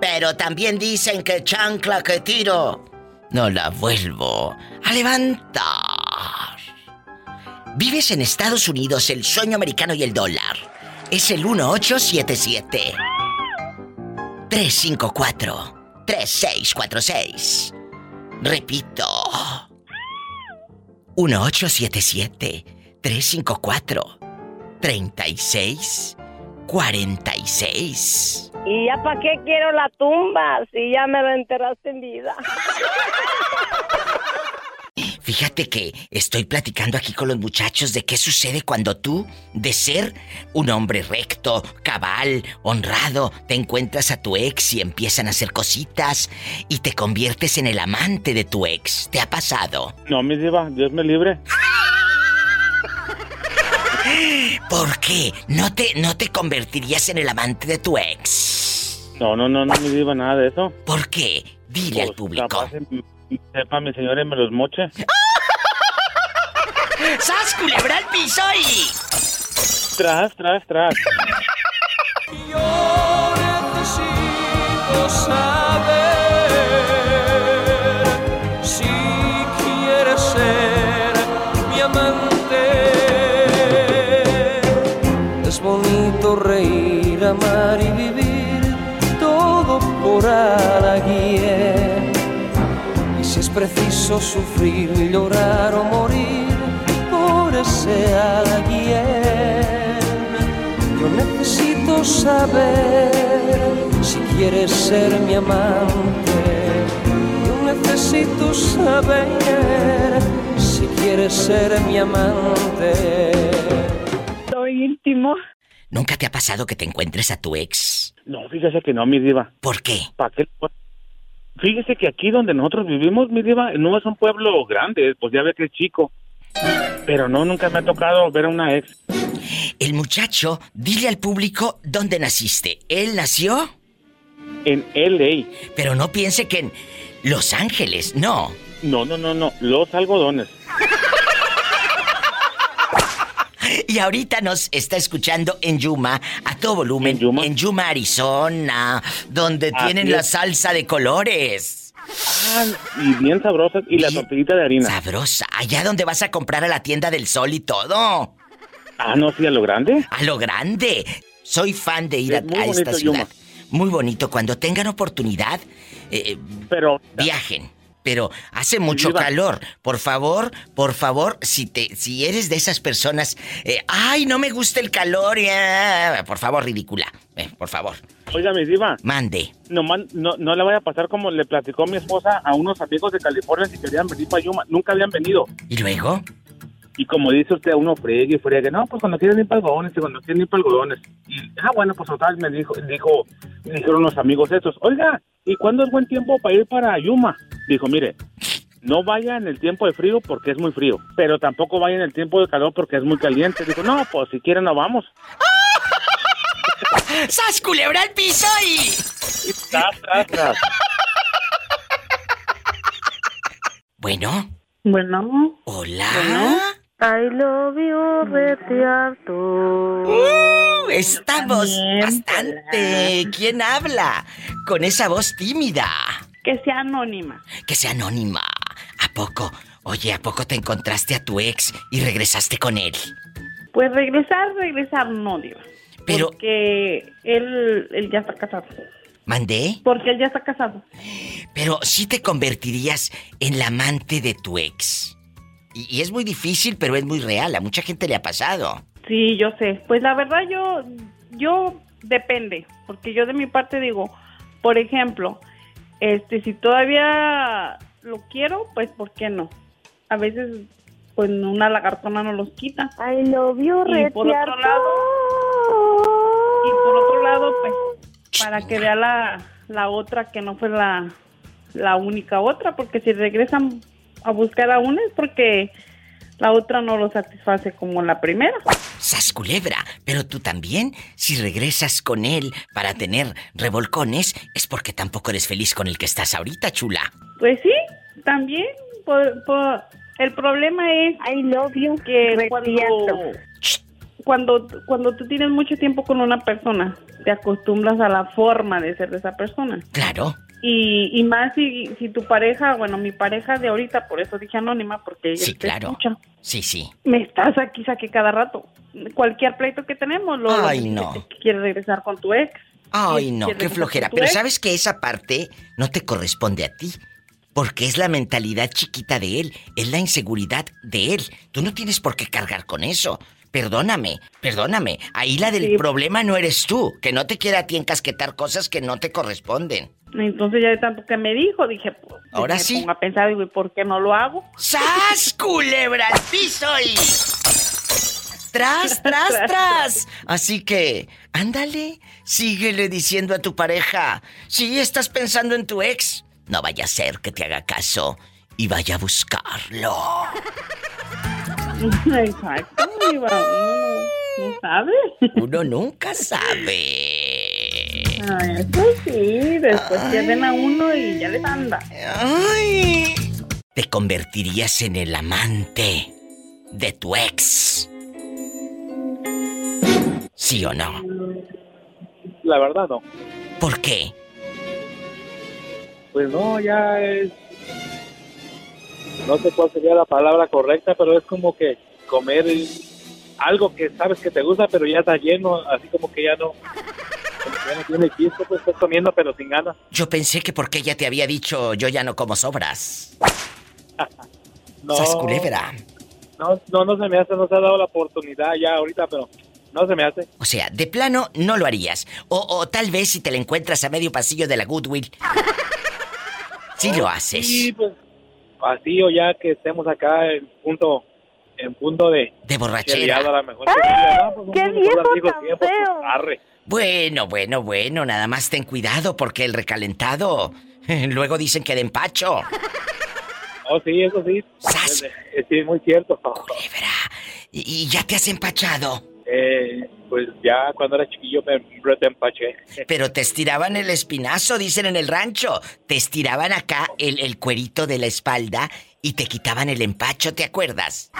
S2: Pero también dicen que chancla que tiro. No la vuelvo a levantar. Vives en Estados Unidos, el sueño americano y el dólar. Es el 1877. 354 3646. Repito. 1877 354 36 46.
S22: ¿Y ya para qué quiero la tumba si ya me la enterraste en vida?
S2: Fíjate que estoy platicando aquí con los muchachos de qué sucede cuando tú, de ser un hombre recto, cabal, honrado, te encuentras a tu ex y empiezan a hacer cositas y te conviertes en el amante de tu ex. ¿Te ha pasado?
S17: No, mi diva, Dios me libre.
S2: ¿Por qué? ¿No te, ¿No te convertirías en el amante de tu ex?
S17: No, no, no, no me diva nada de eso.
S2: ¿Por qué? Dile al público.
S17: Capaz, em, sepa, mi señora, y me los moche.
S2: ¡Sas, culebra al piso y...
S17: Tras, tras, tras.
S9: Yo necesito saber si quieres ser mi amante. Es bonito reír, amar y vivir todo por alguien. Y si es preciso sufrir, llorar o morir por ese alguien. Yo necesito saber si quieres ser mi amante. Yo necesito saber si quieres ser mi amante.
S16: Soy íntimo.
S2: ¿Nunca te ha pasado que te encuentres a tu ex?
S17: No, fíjese que no, mi diva.
S2: ¿Por qué?
S17: ¿Para qué? Fíjese que aquí donde nosotros vivimos, mi diva, no es un pueblo grande, pues ya ve que es chico. Pero no, nunca me ha tocado ver a una ex.
S2: El muchacho, dile al público dónde naciste. ¿Él nació?
S17: En LA.
S2: Pero no piense que en Los Ángeles, no.
S17: No, no, no, no. Los algodones.
S2: Y ahorita nos está escuchando en Yuma, a todo volumen. En Yuma, Arizona, donde
S17: Así
S2: tienen la
S17: es. Ah,
S2: salsa de colores.
S17: Y bien sabrosas. Y la tortillita de harina.
S2: Sabrosa. Allá donde vas a comprar a la tienda del sol y todo.
S17: Ah, no, sí, a lo grande.
S2: A lo grande. Soy fan de ir
S17: Es
S2: a,
S17: muy
S2: a esta
S17: bonito,
S2: ciudad.
S17: Yuma.
S2: Muy bonito. Cuando tengan oportunidad, eh,
S17: pero
S2: viajen. Pero hace mucho
S17: Diva.
S2: calor. Por favor, por favor, si te, si eres de esas personas, eh, ay, no me gusta el calor. ya". por favor, ridícula. Eh, por favor,
S17: Oiga, mi diva.
S2: mande.
S17: Nomás, no, no le vaya a pasar como le platicó mi esposa a unos amigos de California si querían venir para Yuma. Nunca habían venido.
S2: ¿Y luego?
S17: Y como dice usted, uno friegue y friegue, no, pues cuando quieren ir para algodones y cuando quieren ir para algodones. Y, ah, bueno, pues total, me dijo, dijo, me dijeron los amigos estos, oiga, ¿y cuándo es buen tiempo para ir para Yuma? Dijo, mire, no vaya en el tiempo de frío porque es muy frío, pero tampoco vaya en el tiempo de calor porque es muy caliente. Dijo, no, pues si quieren no vamos.
S2: ¡Sas culebra al piso y...
S17: Tras, tras, tras.
S2: Bueno,
S4: Bueno.
S2: Hola. Ah.
S4: I love you, Betty
S2: Uh, estamos bastante. ¿Quién habla? Con esa voz tímida.
S7: Que sea anónima.
S2: Que sea anónima. ¿A poco? Oye, ¿a poco te encontraste a tu ex y regresaste con él?
S7: Pues regresar, regresar no, Diva.
S2: Pero-
S7: Porque él, él ya está casado.
S2: ¿Mandé?
S7: Porque él ya está casado.
S2: Pero sí te convertirías en la amante de tu ex. Y, y es muy difícil, pero es muy real. A mucha gente le ha pasado.
S7: Sí, yo sé. Pues la verdad yo, yo depende, porque yo de mi parte digo, por ejemplo, este, si todavía lo quiero, pues ¿por qué no? A veces, pues una lagartona no los quita.
S4: Ay, lo vio
S7: Y por otro lado, y por otro lado, pues, para que vea la, la otra que no fue la, la única otra, porque si regresan a buscar a una es porque la otra no lo satisface como la primera.
S2: Sas culebra, pero tú también, si regresas con él para tener revolcones, es porque tampoco eres feliz con el que estás ahorita, chula.
S7: Pues sí, también. por- por- el problema es que cuando, cuando, cuando tú tienes mucho tiempo con una persona, te acostumbras a la forma de ser de esa persona.
S2: Claro.
S7: Y, y más si, si tu pareja, bueno, mi pareja de ahorita, por eso dije anónima, porque ella
S2: Sí,
S7: te
S2: claro.
S7: escucha.
S2: Sí, sí.
S7: Me estás aquí, saque cada rato. Cualquier pleito que tenemos, lo
S2: Ay,
S7: dice
S2: no.
S7: que te quiere regresar con tu ex.
S2: Ay,
S7: que
S2: no,
S7: quiere
S2: qué
S7: regresar
S2: flojera.
S7: con tu
S2: Pero
S7: ex.
S2: sabes que esa parte no te corresponde a ti. Porque es la mentalidad chiquita de él, es la inseguridad de él. Tú no tienes por qué cargar con eso. Perdóname, perdóname. Ahí la del
S7: Sí.
S2: problema no eres tú, que no te quiera a ti encasquetar cosas que no te corresponden.
S7: Entonces ya de tanto que me dijo, dije, pues,
S2: Ahora
S7: me
S2: sí.
S7: pongo a pensar, digo, ¿y por qué no lo hago?
S2: ¡Sas, culebra al piso y... Tras, tras, tras. Así que, ándale, síguele diciendo a tu pareja, si estás pensando en tu ex, no vaya a ser que te haga caso y vaya a buscarlo.
S7: Exacto, Diva, uno no, no sabe.
S2: Uno nunca sabe.
S7: Ay, Ah, eso sí, después pierden a uno y ya les anda.
S2: Ay. Te convertirías en el amante de tu ex. ¿Sí o no?
S17: La verdad, no.
S2: ¿Por qué?
S17: Pues no, ya es... No sé cuál sería la palabra correcta, pero es como que comer algo que sabes que te gusta, pero ya está lleno, así como que ya no... como que ya no tiene chiste, pues estás comiendo, pero sin ganas.
S2: Yo pensé que porque ella te había dicho yo ya no como sobras.
S17: No.
S2: Sas culebra.
S17: No, no, no se me hace, no se ha dado la oportunidad ya ahorita, pero no se me hace.
S2: O sea, de plano no lo harías. O, o tal vez si te la encuentras a medio pasillo de la Goodwill. Sí lo haces.
S17: Sí, pues vacío ya que estemos acá en punto, en punto de...
S2: De borrachera.
S17: cheleado a lo mejor. que diga, no, pues,
S4: ¡Qué
S17: un solo
S4: viejo
S17: amigo
S4: tan
S17: siempre, pues,
S4: feo!
S17: arre.
S2: Bueno, bueno, bueno, nada más ten cuidado porque el recalentado. Luego dicen que de empacho.
S17: Oh, sí, eso sí. Eh,
S2: Sí,
S17: Sí, muy cierto.
S2: ¿Y, y ya te has empachado?
S17: Eh, pues ya cuando era chiquillo me me empaché.
S2: Pero te estiraban el espinazo, dicen en el rancho. Te estiraban acá el, el cuerito de la espalda y te quitaban el empacho, ¿te acuerdas?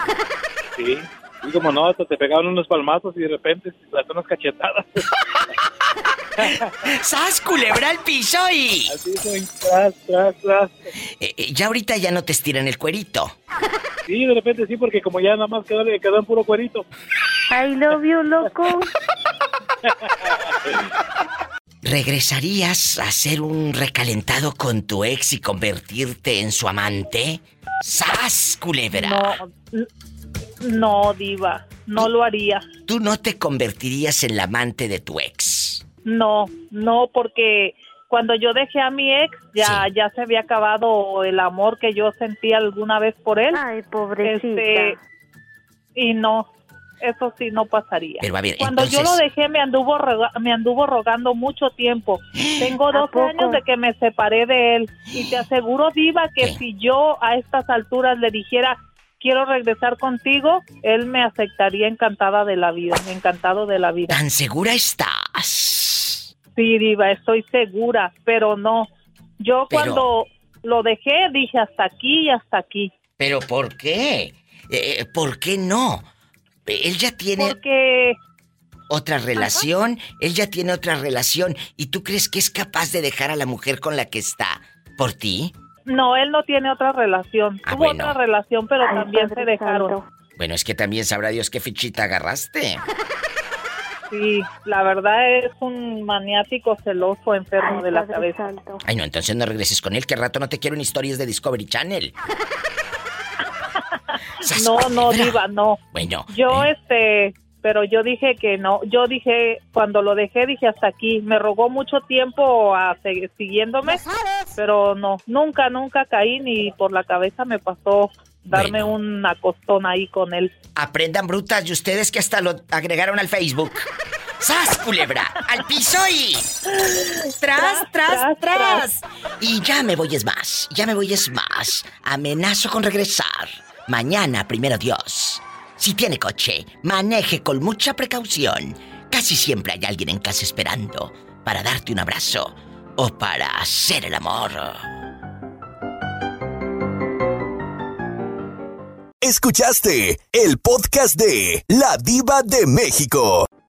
S17: Sí. Y como no, hasta te pegaban unos palmazos y de repente hasta unas cachetadas.
S2: ¡Sas, culebra al piso y...
S17: Así soy, tras, tras, tras.
S2: Eh, eh, ya ahorita ya no te estiran el cuerito.
S17: Sí, de repente sí, porque como ya nada más quedó, le quedó en puro cuerito.
S4: I love you, loco.
S2: ¿Regresarías a ser un recalentado con tu ex y convertirte en su amante? ¡Sas, culebra!
S7: No, Diva, no lo haría.
S2: Tú no te convertirías en la amante de tu ex.
S7: No, no, porque cuando yo dejé a mi ex, ya, ya se había acabado el amor que yo sentí alguna vez por él. Ay, pobrecita.
S23: Este, y no, eso sí no pasaría.
S2: Pero a ver,
S23: Cuando yo lo
S2: entonces-
S23: dejé me anduvo roga- me anduvo rogando mucho tiempo. Tengo 12 años de que me separé de él y te aseguro diva que si yo a estas alturas le dijera quiero regresar contigo, él me aceptaría encantada de la vida, encantado de la vida.
S2: ¿Tan segura estás?
S23: Sí, diva, estoy segura, pero no. Yo
S2: Pero-
S23: cuando lo dejé dije hasta aquí y hasta aquí.
S2: ¿Pero por qué? Eh, ¿Por qué no? Eh, Él ya tiene
S23: Porque
S2: otra relación, él ya tiene otra relación, y tú crees que es capaz de dejar a la mujer con la que está por ti?
S23: no, él no tiene otra relación. Tuvo
S2: Ah, bueno.
S23: otra relación, pero también se dejaron.
S2: Bueno, es que también sabrá Dios qué fichita agarraste.
S23: Sí, la verdad es un maniático celoso enfermo de la cabeza.
S2: Ay, no, entonces no regreses con él, que al rato no te quiero en historias de Discovery Channel.
S23: No, no, diva, no.
S2: Bueno,
S23: Yo, este, pero yo dije que no. Yo dije, cuando lo dejé, dije hasta aquí. Me rogó mucho tiempo a se- siguiéndome, pero no, nunca, nunca caí ni por la cabeza me pasó darme un acostón ahí con él.
S2: aprendan brutas y ustedes que hasta lo agregaron al Facebook. ¡Sas, culebra! ¡Al piso y! ¡Tras, tras, tras! Y ya me voy es más, ya me voy es más. Amenazo con regresar. Mañana, primero Dios. Si tiene coche, maneje con mucha precaución. Casi siempre hay alguien en casa esperando para darte un abrazo o para hacer el amor.
S1: Escuchaste el podcast de La Diva de México.